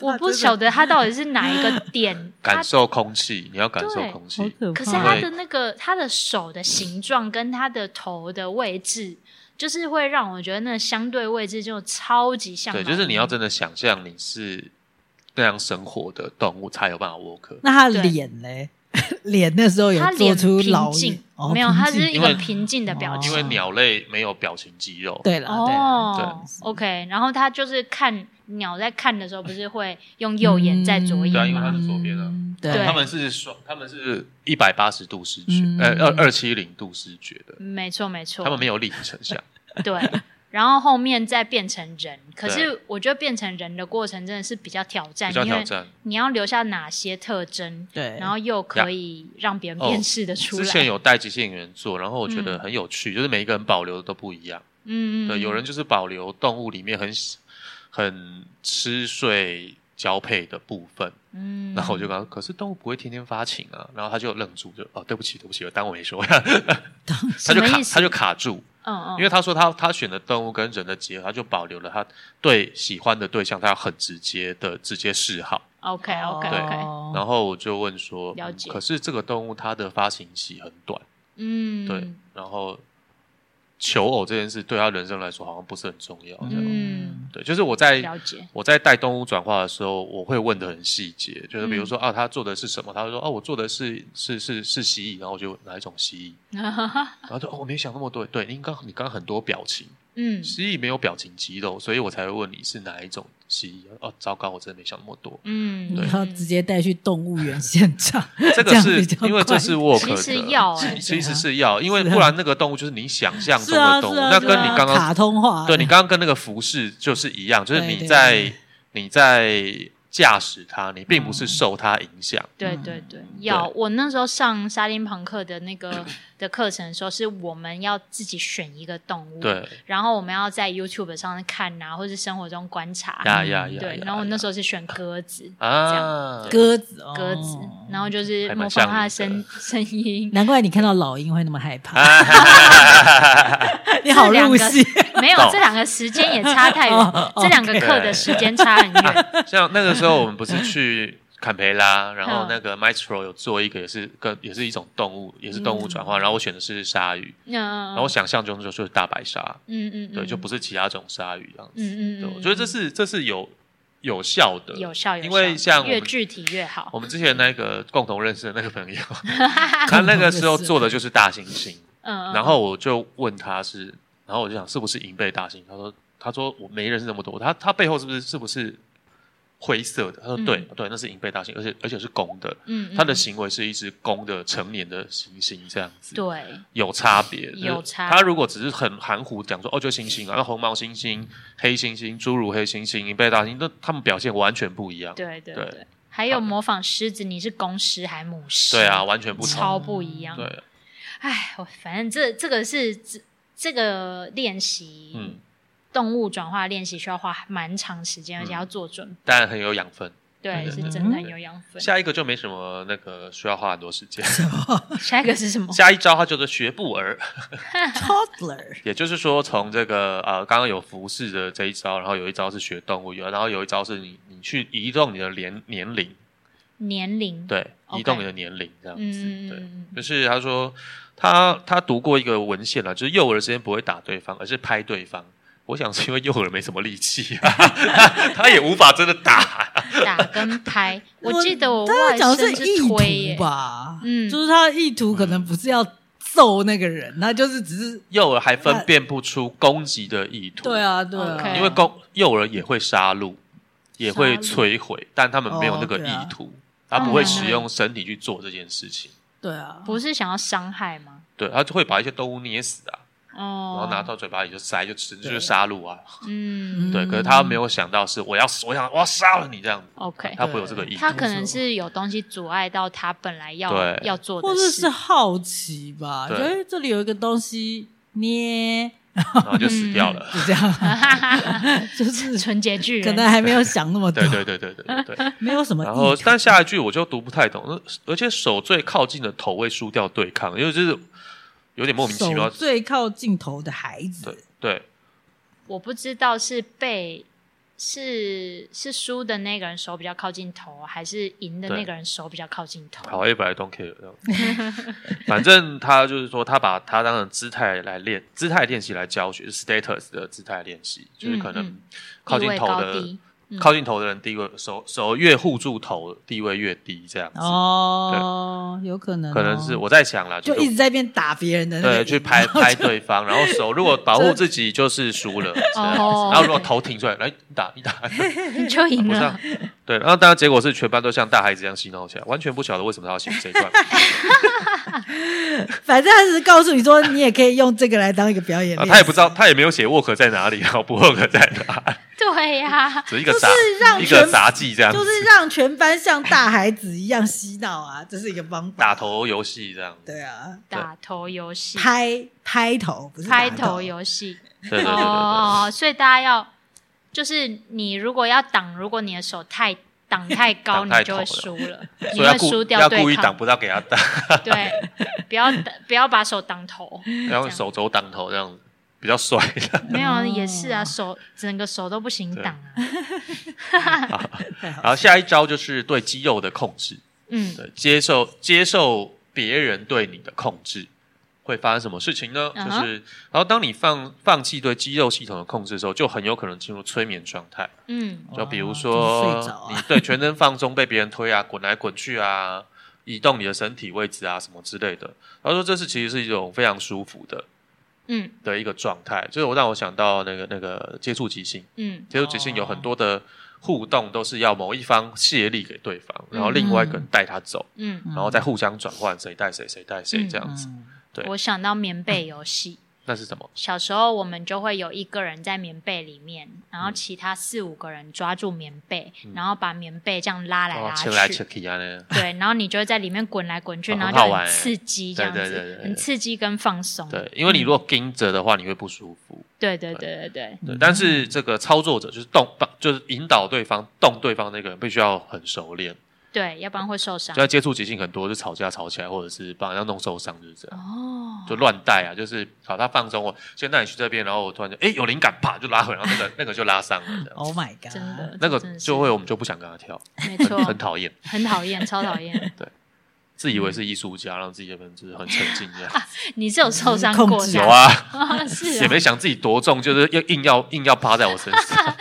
[SPEAKER 3] 我不晓得他到底是哪一个点，他
[SPEAKER 2] 感受空气，你要感受
[SPEAKER 3] 对
[SPEAKER 2] 空
[SPEAKER 4] 好
[SPEAKER 2] 气。
[SPEAKER 4] 可怕。
[SPEAKER 3] 可是他
[SPEAKER 2] 对
[SPEAKER 3] 的那个他的手的形状跟他的头的位置，就是会让我觉得那相对位置就超级像老
[SPEAKER 2] 对，
[SPEAKER 3] 鹰。
[SPEAKER 2] 就是你要真的想象你是那样生活的动物，才有办法 work。
[SPEAKER 4] 那他脸嘞？ 脸那时候有
[SPEAKER 3] 他
[SPEAKER 4] 做
[SPEAKER 3] 脸
[SPEAKER 4] 出
[SPEAKER 3] 平
[SPEAKER 4] 老
[SPEAKER 3] 静，
[SPEAKER 4] 哦
[SPEAKER 3] 没有，他
[SPEAKER 4] 平
[SPEAKER 3] 是
[SPEAKER 4] 静哦
[SPEAKER 3] 一
[SPEAKER 2] 因为
[SPEAKER 3] 个平静的表情。
[SPEAKER 2] 因为鸟类没有表情肌肉，
[SPEAKER 4] 对了，对啦
[SPEAKER 3] 哦，OK，然后他就是看鸟在看的时候，不是会用右眼在左
[SPEAKER 2] 对啊
[SPEAKER 3] 眼
[SPEAKER 2] 因为
[SPEAKER 3] 吗？
[SPEAKER 2] 它是左边啊
[SPEAKER 4] 嗯
[SPEAKER 3] 对
[SPEAKER 2] 他们是双，他们是一百八十度视觉，
[SPEAKER 4] 嗯
[SPEAKER 2] 呃，二二七零度视觉的，
[SPEAKER 3] 没错，没错，
[SPEAKER 2] 他们没有立体成 像。
[SPEAKER 3] 对。然后后面再变成人，可是我觉得变成人的过程真的是比较挑战，
[SPEAKER 2] 比较
[SPEAKER 3] 因
[SPEAKER 2] 挑
[SPEAKER 3] 为
[SPEAKER 2] 战。
[SPEAKER 3] 你要留下哪些特征，
[SPEAKER 4] 对，
[SPEAKER 3] 然后又可以让别人
[SPEAKER 2] 哦
[SPEAKER 3] 辨识的出来。嗯
[SPEAKER 2] 之前有带即兴演员做，然后我觉得很有趣，就是每一个人保留的都不一样。
[SPEAKER 3] 嗯，嗯，
[SPEAKER 2] 对，有人就是保留动物里面很很吃睡交配的部分，
[SPEAKER 3] 嗯，
[SPEAKER 2] 然后我就跟他说，可是动物不会天天发情啊，然后他就愣住，就哦，对不起，对不起，我当我没说，他
[SPEAKER 3] 什
[SPEAKER 2] 就
[SPEAKER 3] 么
[SPEAKER 2] 卡
[SPEAKER 3] 意，思
[SPEAKER 2] 他就卡住，
[SPEAKER 3] 嗯嗯，
[SPEAKER 2] 因为他说他他选的动物跟人的结合，他就保留了他对喜欢的对象，他要很直接的直接示好。
[SPEAKER 3] OK
[SPEAKER 4] 哦
[SPEAKER 3] OK
[SPEAKER 2] 对
[SPEAKER 3] OK，
[SPEAKER 2] 然后我就问说，
[SPEAKER 3] 哦了
[SPEAKER 2] 嗯
[SPEAKER 3] 解
[SPEAKER 2] 可是这个动物它的发情期很短，
[SPEAKER 3] 嗯，
[SPEAKER 2] 对，然后求偶这件事对他人生来说好像不是很重要。这样
[SPEAKER 3] 嗯，
[SPEAKER 2] 对，就是我在
[SPEAKER 3] 了解，
[SPEAKER 2] 我在带动物转化的时候，我会问的很细节，就是
[SPEAKER 3] 嗯
[SPEAKER 2] 比如说、啊，他做的是什么？他会说哦、我做的是是是是蜥蜴，然后我就哪一种蜥蜴，然后就哦，我没想那么多，对，你刚你刚很多表情，
[SPEAKER 3] 嗯，
[SPEAKER 2] 蜥蜴没有表情肌肉，所以我才会问你是哪一种蜥蜴。哦，糟糕，我真的没想那么多。
[SPEAKER 3] 嗯，
[SPEAKER 4] 然后直接带去动物园现场，
[SPEAKER 2] 这个
[SPEAKER 4] 样
[SPEAKER 2] 是
[SPEAKER 4] 比较
[SPEAKER 2] 因为这
[SPEAKER 4] 快
[SPEAKER 2] 是沃克
[SPEAKER 3] 其
[SPEAKER 2] 的，
[SPEAKER 3] 实要哎
[SPEAKER 2] 其其
[SPEAKER 4] 对啊
[SPEAKER 2] 实是要，因为不然那个动物就是你想象
[SPEAKER 4] 是
[SPEAKER 2] 中
[SPEAKER 4] 啊
[SPEAKER 2] 的
[SPEAKER 4] 是
[SPEAKER 2] 动物，
[SPEAKER 4] 啊，
[SPEAKER 2] 那
[SPEAKER 4] 是
[SPEAKER 2] 跟你
[SPEAKER 4] 啊
[SPEAKER 2] 刚刚
[SPEAKER 4] 卡通化，
[SPEAKER 2] 对你刚刚跟那个服饰就是一样，就是
[SPEAKER 4] 对对
[SPEAKER 2] 你
[SPEAKER 4] 对
[SPEAKER 2] 在你在驾驶它，你并不是
[SPEAKER 4] 嗯
[SPEAKER 2] 受它影响。
[SPEAKER 3] 对对对，要我那时候上沙丁朋克的那个的课程的时候，是我们要自己选一个动物，，
[SPEAKER 2] 对，
[SPEAKER 3] 然后我们要在 YouTube 上看啊，或是生活中观察，
[SPEAKER 2] 呀呀呀！
[SPEAKER 3] 对
[SPEAKER 2] 呀，
[SPEAKER 3] 然后我那
[SPEAKER 2] 呀
[SPEAKER 3] 时候是选鸽子，
[SPEAKER 2] 啊，
[SPEAKER 4] 鸽子哦
[SPEAKER 3] 鸽子，然后就是
[SPEAKER 2] 还蛮
[SPEAKER 3] 模仿它的
[SPEAKER 2] 像你
[SPEAKER 3] 声
[SPEAKER 2] 的
[SPEAKER 3] 声音，
[SPEAKER 4] 难怪你看到老鹰会那么害
[SPEAKER 2] 啊
[SPEAKER 4] 怕， 你
[SPEAKER 3] 这
[SPEAKER 4] 好
[SPEAKER 3] 两
[SPEAKER 4] 入
[SPEAKER 3] 个
[SPEAKER 4] 戏，
[SPEAKER 3] 没有
[SPEAKER 2] 懂
[SPEAKER 3] 这两个时间也差 太远
[SPEAKER 4] 哦，
[SPEAKER 3] 这两个课的时间差很远，
[SPEAKER 2] 像那个时候我们不是 去坎培拉，然后
[SPEAKER 3] 嗯
[SPEAKER 2] 那个 Maestro 有做一个也是个也是一种动物，也是动物转换，然后我选的是鲨鱼，
[SPEAKER 3] 嗯，
[SPEAKER 2] 然后我想象中就是大白鲨，
[SPEAKER 3] 嗯嗯，
[SPEAKER 2] 对，就不
[SPEAKER 3] 是，
[SPEAKER 2] 是其他种鲨鱼这样子。
[SPEAKER 3] 嗯嗯
[SPEAKER 2] 对，
[SPEAKER 3] 嗯，
[SPEAKER 2] 我觉得这是这是有有效的，
[SPEAKER 3] 有效有效，
[SPEAKER 2] 因为像我
[SPEAKER 3] 越
[SPEAKER 2] 们哦
[SPEAKER 3] 具体越好，
[SPEAKER 2] 我们之前那个共同认识的那个朋 友， 他那个时候做的就是大猩猩，
[SPEAKER 3] 嗯，嗯
[SPEAKER 2] 然后我就问他是，然后我就想是不是银背大猩？他说他说我没认识那么多，他他背后是不是是不是灰色的？他说
[SPEAKER 3] 嗯
[SPEAKER 2] 对、对，那是银背大猩，而且而且是公的，
[SPEAKER 3] 嗯，嗯
[SPEAKER 2] 它的行为是一只公的成年的猩猩这样子，
[SPEAKER 3] 对，
[SPEAKER 2] 有差别，就是
[SPEAKER 3] 有差
[SPEAKER 2] 它如果只是很含糊讲说哦就猩猩啊，那红毛猩
[SPEAKER 3] 嗯
[SPEAKER 2] 猩、黑猩猩、侏儒黑猩猩、银背大猩，那它们表现完全不一样，
[SPEAKER 3] 对对
[SPEAKER 2] 对
[SPEAKER 3] 对，还有模仿狮子，你是公狮还母狮？
[SPEAKER 2] 对啊，，完全不同，
[SPEAKER 3] 超不一样。
[SPEAKER 2] 对，
[SPEAKER 3] 哎，我反正这这个是这这个练习，
[SPEAKER 2] 嗯，
[SPEAKER 3] 动物转化练习需要花蛮长时间，而且要做准，
[SPEAKER 2] 当然很有养分。
[SPEAKER 3] 对，
[SPEAKER 2] 嗯对
[SPEAKER 3] 是
[SPEAKER 2] 对
[SPEAKER 3] 真的很有养分。
[SPEAKER 2] 下一个就没什么那个需要花很多时间。
[SPEAKER 3] 下一个是什么？
[SPEAKER 2] 下一招它叫做学步儿，
[SPEAKER 4] toddler
[SPEAKER 2] 也就是说从这个呃刚刚有服饰的这一招，然后有一招是学动物，有然后有一招是你你去移动你的年年龄，
[SPEAKER 3] 年龄，
[SPEAKER 2] 对，
[SPEAKER 3] OK
[SPEAKER 2] 移动你的年龄这样子，
[SPEAKER 3] 嗯，嗯
[SPEAKER 2] 对。
[SPEAKER 3] 嗯嗯
[SPEAKER 2] 就是他说他他读过一个文献啊，就是幼儿之间不会打对方，而是拍对方。我想是因为幼儿没什么力气、啊， 他也无法真的打。
[SPEAKER 3] 嗯，打 跟拍，
[SPEAKER 4] 我
[SPEAKER 3] 我记得我
[SPEAKER 4] 他要
[SPEAKER 3] 外
[SPEAKER 4] 讲的
[SPEAKER 3] 甥
[SPEAKER 4] 是
[SPEAKER 3] 是推
[SPEAKER 4] 意
[SPEAKER 3] 耶
[SPEAKER 4] 图，吧，
[SPEAKER 3] 嗯
[SPEAKER 4] 就是他的意图可能不是要揍那个人，他就是只是
[SPEAKER 2] 幼儿还分辨不出攻击的意图。
[SPEAKER 4] 对啊对啊
[SPEAKER 3] OK
[SPEAKER 2] 因为公幼儿也会杀戮，也会
[SPEAKER 3] 杀戮
[SPEAKER 2] 摧毁，但他们没有那个
[SPEAKER 4] 哦对啊
[SPEAKER 2] 意图，他不会使用身体去做这件事情。
[SPEAKER 4] 对啊，
[SPEAKER 3] 不是想要伤害吗？
[SPEAKER 2] 对，他就会把一些动物捏死啊，然
[SPEAKER 3] 哦，
[SPEAKER 2] 后拿到嘴巴里就塞就吃，就是
[SPEAKER 4] 对
[SPEAKER 2] 杀戮啊。
[SPEAKER 3] 嗯
[SPEAKER 2] 对，
[SPEAKER 4] 嗯
[SPEAKER 2] 可是他没有想到是我要我想我要杀了你这样 子，
[SPEAKER 3] ，OK，
[SPEAKER 2] 他不会有这个意图
[SPEAKER 3] 他。可能是有东西阻碍到他本来要
[SPEAKER 2] 对
[SPEAKER 3] 要做的
[SPEAKER 4] 或者
[SPEAKER 3] 事，
[SPEAKER 4] 是好奇吧，觉
[SPEAKER 2] 对
[SPEAKER 4] 得哎这里有一个东西捏，
[SPEAKER 2] 然后就死掉了。
[SPEAKER 4] 就这样，
[SPEAKER 3] 就是纯洁巨人，
[SPEAKER 4] 可能还没有想那么多
[SPEAKER 2] 对，对对对对对 对。
[SPEAKER 4] 没有什么意
[SPEAKER 2] 然
[SPEAKER 4] 图。
[SPEAKER 2] 后，但下一句我就读不太懂，而且手最靠近的头位输掉对抗，因为就是有点莫名其妙
[SPEAKER 4] 手。最靠镜头的孩
[SPEAKER 2] 对
[SPEAKER 4] 子，
[SPEAKER 2] 对，
[SPEAKER 3] 我不知道是被是是输的那个人手比较靠近头，还是赢的那个人手比较靠近头。
[SPEAKER 2] 好，一百 don't care 这样。 反正他就是说，他把他当成姿态来练，姿态练习来教学就是，status 的姿态练习，就是可
[SPEAKER 3] 嗯
[SPEAKER 2] 能靠近头的、
[SPEAKER 3] 地位高低嗯
[SPEAKER 2] 靠近头的人地位，手手越护住头，地位越低这样子。
[SPEAKER 4] 哦，有可能哦，
[SPEAKER 2] 可能是我在想啦，
[SPEAKER 4] 就是一直在那边打别人的那个
[SPEAKER 2] 对去拍拍对方，然后手如果保护自己就是输了，这样子
[SPEAKER 3] 哦
[SPEAKER 2] 然后如果头挺出来，来你打你打，
[SPEAKER 3] 你 就赢
[SPEAKER 2] 不 是、啊
[SPEAKER 3] 了，，
[SPEAKER 2] 对，然后当然结果是全班都像大孩子一样嬉闹起来，完全不晓得为什么他要写这一段。
[SPEAKER 4] 反正他只是告诉你说，你也可以用这个来当一个表演
[SPEAKER 2] 啊，
[SPEAKER 4] 练习、
[SPEAKER 2] 他也不知道，他也没有写 work 在哪里，然后不 work 在哪，
[SPEAKER 3] 对啊呀、
[SPEAKER 2] 只是一个杂
[SPEAKER 4] 就是让
[SPEAKER 2] 一
[SPEAKER 4] 全
[SPEAKER 2] 个杂技这样，
[SPEAKER 4] 就是让全班像大孩子一样嬉闹啊，这是一个方法。
[SPEAKER 2] 打头游戏这样。
[SPEAKER 4] 对啊，
[SPEAKER 3] 打头游戏、
[SPEAKER 4] 拍拍头不是打
[SPEAKER 3] 拍
[SPEAKER 4] 头
[SPEAKER 3] 头，游戏。
[SPEAKER 2] 对对对对对，
[SPEAKER 3] 哦，所以大家要，就是你如果要挡，如果你的手太挡太高，
[SPEAKER 2] 挡
[SPEAKER 3] 你
[SPEAKER 2] 太
[SPEAKER 3] 就会
[SPEAKER 2] 头
[SPEAKER 3] 输 了，你
[SPEAKER 2] 所以要
[SPEAKER 3] 会
[SPEAKER 2] 故
[SPEAKER 3] 输
[SPEAKER 2] 要故
[SPEAKER 3] 掉对
[SPEAKER 2] 意挡，
[SPEAKER 3] 抗。
[SPEAKER 2] 不到给他 挡，
[SPEAKER 3] 对，不要不要把手 挡头，
[SPEAKER 2] 然后手肘挡头这样子比较帅。
[SPEAKER 3] 没有啊也是
[SPEAKER 2] 哦
[SPEAKER 3] 啊，手整个手都不行挡啊。
[SPEAKER 4] 太好
[SPEAKER 2] 然后下一招就是对肌肉的控制，
[SPEAKER 3] 嗯，
[SPEAKER 2] 对，接受接受别人对你的控制。会发生什么事情呢？就
[SPEAKER 3] 嗯哼
[SPEAKER 2] 是，然后当你放放弃对肌肉系统的控制之后，就很有可能进入催眠状态。
[SPEAKER 3] 嗯
[SPEAKER 2] 就比如
[SPEAKER 4] 哦
[SPEAKER 2] 说，
[SPEAKER 4] 就是睡着啊
[SPEAKER 2] 你对全身放松，被别人推啊，滚来滚去啊，移动你的身体位置啊，什么之类的。他说这是其实是一种非常舒服的
[SPEAKER 3] 嗯
[SPEAKER 2] 的一个状态，就是我让我想到那个那个接触即兴，
[SPEAKER 3] 嗯
[SPEAKER 2] 接触即兴有很多的互动都是要某一方卸力给对方，然后另外一个人带他走，
[SPEAKER 3] 嗯，
[SPEAKER 2] 然后再互相转换，谁带谁，谁带谁这样子。
[SPEAKER 4] 嗯
[SPEAKER 2] 对
[SPEAKER 3] 我想到棉被游戏。
[SPEAKER 2] 那是什么？
[SPEAKER 3] 小时候，我们就会有一个人在棉被里面，
[SPEAKER 2] 嗯
[SPEAKER 3] 然后其他四五个人抓住棉被，然后把棉被这样拉来
[SPEAKER 2] 哦
[SPEAKER 3] 拉，去，
[SPEAKER 2] 前来前去啊
[SPEAKER 4] 哦
[SPEAKER 2] 呢？
[SPEAKER 3] 对，然后你就会在里面滚来滚去，
[SPEAKER 2] 哦
[SPEAKER 3] 然
[SPEAKER 2] 很
[SPEAKER 3] 后
[SPEAKER 2] 好
[SPEAKER 3] 就
[SPEAKER 2] 玩
[SPEAKER 3] 很
[SPEAKER 2] 欸
[SPEAKER 3] 刺激，这
[SPEAKER 2] 对
[SPEAKER 3] 样
[SPEAKER 2] 对
[SPEAKER 3] 子，
[SPEAKER 2] 对对对
[SPEAKER 3] 很刺激跟放松。
[SPEAKER 2] 对，因为你如
[SPEAKER 4] 嗯
[SPEAKER 2] 果盯着的话，你会不舒服。
[SPEAKER 3] 对对对对对，
[SPEAKER 2] 对，但
[SPEAKER 3] 嗯
[SPEAKER 2] 是这个操作者就是动，就是引导对方动对方那个人，必须要很熟练，
[SPEAKER 3] 对，要不然会受伤
[SPEAKER 2] 就。要接触即兴很多，就吵架吵起来，或者是把人家弄受伤，就是这样，
[SPEAKER 3] 哦，
[SPEAKER 2] 就乱带啊，就是好他放松我，现在你去这边，然后我突然就哎有灵感，啪就拉回来，然后那个那个就拉伤了，这样
[SPEAKER 4] Oh my god！
[SPEAKER 3] 真的，
[SPEAKER 2] 啊那
[SPEAKER 3] 哦这真
[SPEAKER 2] 个
[SPEAKER 3] 的是
[SPEAKER 2] 就会我们就不想跟他跳，
[SPEAKER 3] 没
[SPEAKER 2] 很很
[SPEAKER 3] 错，
[SPEAKER 2] 讨厌，
[SPEAKER 3] 很讨厌，超讨 厌。
[SPEAKER 2] 自
[SPEAKER 3] 嗯
[SPEAKER 2] 以为是艺术家，让自己这边就是很沉浸这样，
[SPEAKER 3] 你是有受伤
[SPEAKER 4] 控
[SPEAKER 3] 过
[SPEAKER 4] 制
[SPEAKER 3] 这
[SPEAKER 2] 有
[SPEAKER 3] 样？
[SPEAKER 2] 啊，
[SPEAKER 3] 是
[SPEAKER 2] 也
[SPEAKER 3] 啊，
[SPEAKER 2] 没想自己多重，就是要硬要硬要趴在我身 上，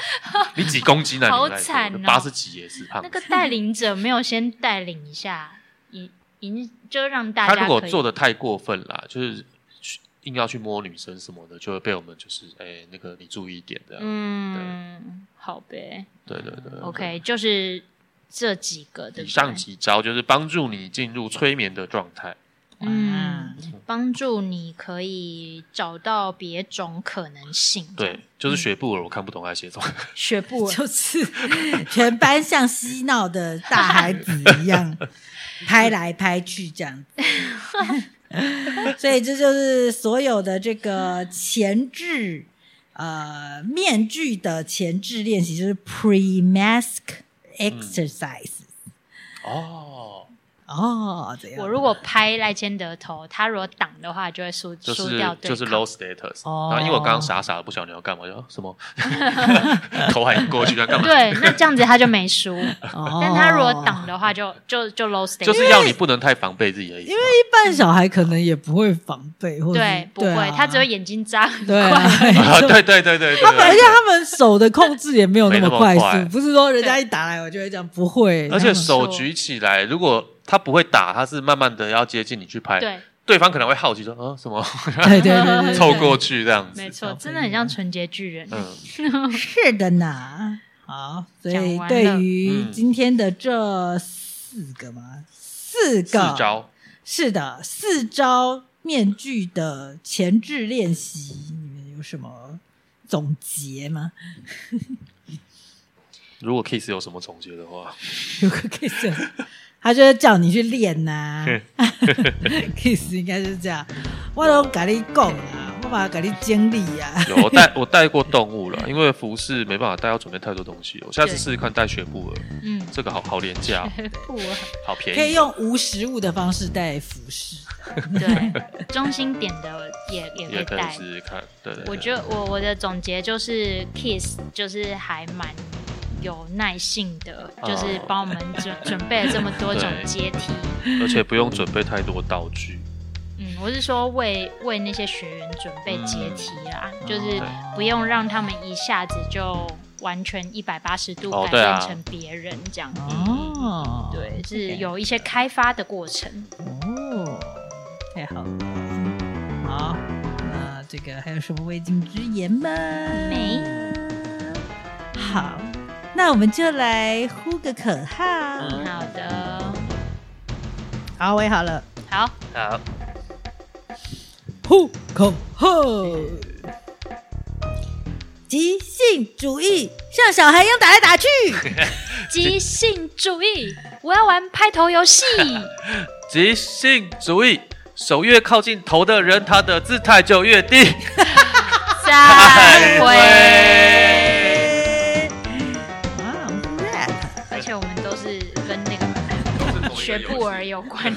[SPEAKER 2] 你几公斤啊？
[SPEAKER 3] 好
[SPEAKER 2] 你来说
[SPEAKER 3] 惨哦
[SPEAKER 2] 八十几也是胖子
[SPEAKER 3] 哦那。个带领者没有先带领一下，引引就让大
[SPEAKER 2] 他
[SPEAKER 3] 家
[SPEAKER 2] 如果
[SPEAKER 3] 可以
[SPEAKER 2] 做的太过分啦，就是去硬要去摸女生什么的，就会被我们就是哎、那个你注意一点这样。
[SPEAKER 3] 嗯，好呗
[SPEAKER 2] 对对对。
[SPEAKER 3] ，OK，就是这几个哦对
[SPEAKER 2] 以
[SPEAKER 3] 不
[SPEAKER 2] 上
[SPEAKER 3] 对？
[SPEAKER 2] 几招就是帮助你进入催眠的状态。
[SPEAKER 3] 嗯，帮助你可以找到别种可能性。
[SPEAKER 2] 对，，
[SPEAKER 3] 嗯
[SPEAKER 2] 就是学布尔，我看不懂他写什么。
[SPEAKER 3] 学步
[SPEAKER 4] 就是 全班像嬉闹的大孩子一 样拍来拍去这样 子。所以这就是所有的这个前置呃面具的前置练习，就是 pre mask exercise、
[SPEAKER 2] 哦，
[SPEAKER 4] 哦，怎样？
[SPEAKER 3] 我如果拍赖千德头，他如果挡的话，就会输
[SPEAKER 2] 就
[SPEAKER 3] 输
[SPEAKER 2] 是
[SPEAKER 3] 掉对
[SPEAKER 2] 就
[SPEAKER 3] 抗。
[SPEAKER 2] 是 low status、
[SPEAKER 4] 哦
[SPEAKER 2] 然后因为我刚刚傻傻的不晓得你要干嘛，就、哦什 么头还过去要干嘛？
[SPEAKER 3] 对，那这样子他就没输。
[SPEAKER 4] 哦，
[SPEAKER 3] 但他如果挡的话就，就就 low state，
[SPEAKER 2] 就是要你不能太防备自己的意思。因为
[SPEAKER 4] 一般小孩可能也不会防备，或者啊
[SPEAKER 3] 对啊不会，他只会眼睛眨很
[SPEAKER 4] 对啊
[SPEAKER 3] 快。。
[SPEAKER 2] 啊，对对对对对。
[SPEAKER 4] 而且他们手的控制也没有那么快
[SPEAKER 2] 没那么快
[SPEAKER 4] 速，不是说人家一打来我就会这样，不会。
[SPEAKER 2] 而且手
[SPEAKER 3] 没错
[SPEAKER 2] 举起来，如果他不会打，他是慢慢的要接近你去拍，
[SPEAKER 3] 对，
[SPEAKER 2] 对方可能会好奇说，啊，什么
[SPEAKER 4] 对对对 对，对
[SPEAKER 2] 凑过去这样子，
[SPEAKER 3] 没错，真的很像纯洁巨人。
[SPEAKER 2] 嗯，
[SPEAKER 4] 是的呢。好，所
[SPEAKER 3] 讲
[SPEAKER 4] 以
[SPEAKER 3] 完了
[SPEAKER 4] 对于
[SPEAKER 2] 嗯
[SPEAKER 4] 今天的这四个嘛，四
[SPEAKER 2] 四
[SPEAKER 4] 个
[SPEAKER 2] 招，
[SPEAKER 4] 是的，四招面具的前置练习，你们有什么总结吗？
[SPEAKER 2] 如果 Kiss 有什么总结的话，
[SPEAKER 4] 有个 kiss，他就是叫你去练呐、kiss 应该就是这样，我都跟你讲啊，我把跟你经历啊，
[SPEAKER 2] 有我带 我带过动物了，因为服饰没办法带，要准备太多东西了，我下次
[SPEAKER 3] 对
[SPEAKER 2] 试试看带雪布尔，
[SPEAKER 3] 嗯，
[SPEAKER 2] 这个好好廉 价哦，
[SPEAKER 3] 不，
[SPEAKER 2] 好便宜，
[SPEAKER 4] 可以用无实物的方式带服饰。
[SPEAKER 3] 对，中心点的也也
[SPEAKER 2] 也可
[SPEAKER 3] 可以
[SPEAKER 2] 以
[SPEAKER 3] 带
[SPEAKER 2] 试。试看，对对
[SPEAKER 3] 我
[SPEAKER 2] 对
[SPEAKER 3] 觉得我我的总结就是，Kiss 就是还蛮有耐性的，就是帮我们准准备了这么多种
[SPEAKER 2] 哦对
[SPEAKER 3] 阶梯。
[SPEAKER 2] 而且不用准备太多道具，
[SPEAKER 3] 嗯，我是说为为那些学员准备阶梯啦，
[SPEAKER 4] 嗯
[SPEAKER 3] 就是
[SPEAKER 2] 对
[SPEAKER 3] 不用让他们一下子就完全一百八十度
[SPEAKER 2] 哦
[SPEAKER 3] 改
[SPEAKER 2] 对啊嗯
[SPEAKER 3] 变成别人这样。
[SPEAKER 4] 哦，
[SPEAKER 3] 嗯对，是
[SPEAKER 4] OK
[SPEAKER 3] 有一些开发的过程。
[SPEAKER 4] 哦，太好了，好，那这个还有什么未尽之言吗？
[SPEAKER 3] 没。
[SPEAKER 4] 好，那我们就来呼个口号。
[SPEAKER 2] 嗯
[SPEAKER 3] 好的，
[SPEAKER 4] 好，我也好了，
[SPEAKER 3] 好，
[SPEAKER 2] 好，
[SPEAKER 4] 呼口号。即兴主义，像小孩一样打来打去。
[SPEAKER 3] 即兴主义，我要玩拍头游 戏。
[SPEAKER 2] 即兴主义。手越靠近头的人，他的姿态就越 低。
[SPEAKER 3] 再
[SPEAKER 2] 再
[SPEAKER 3] 会。
[SPEAKER 4] 哇，我们 rap
[SPEAKER 3] 而且我们都是跟那个
[SPEAKER 2] 都是同一个游戏
[SPEAKER 3] 学步儿有关。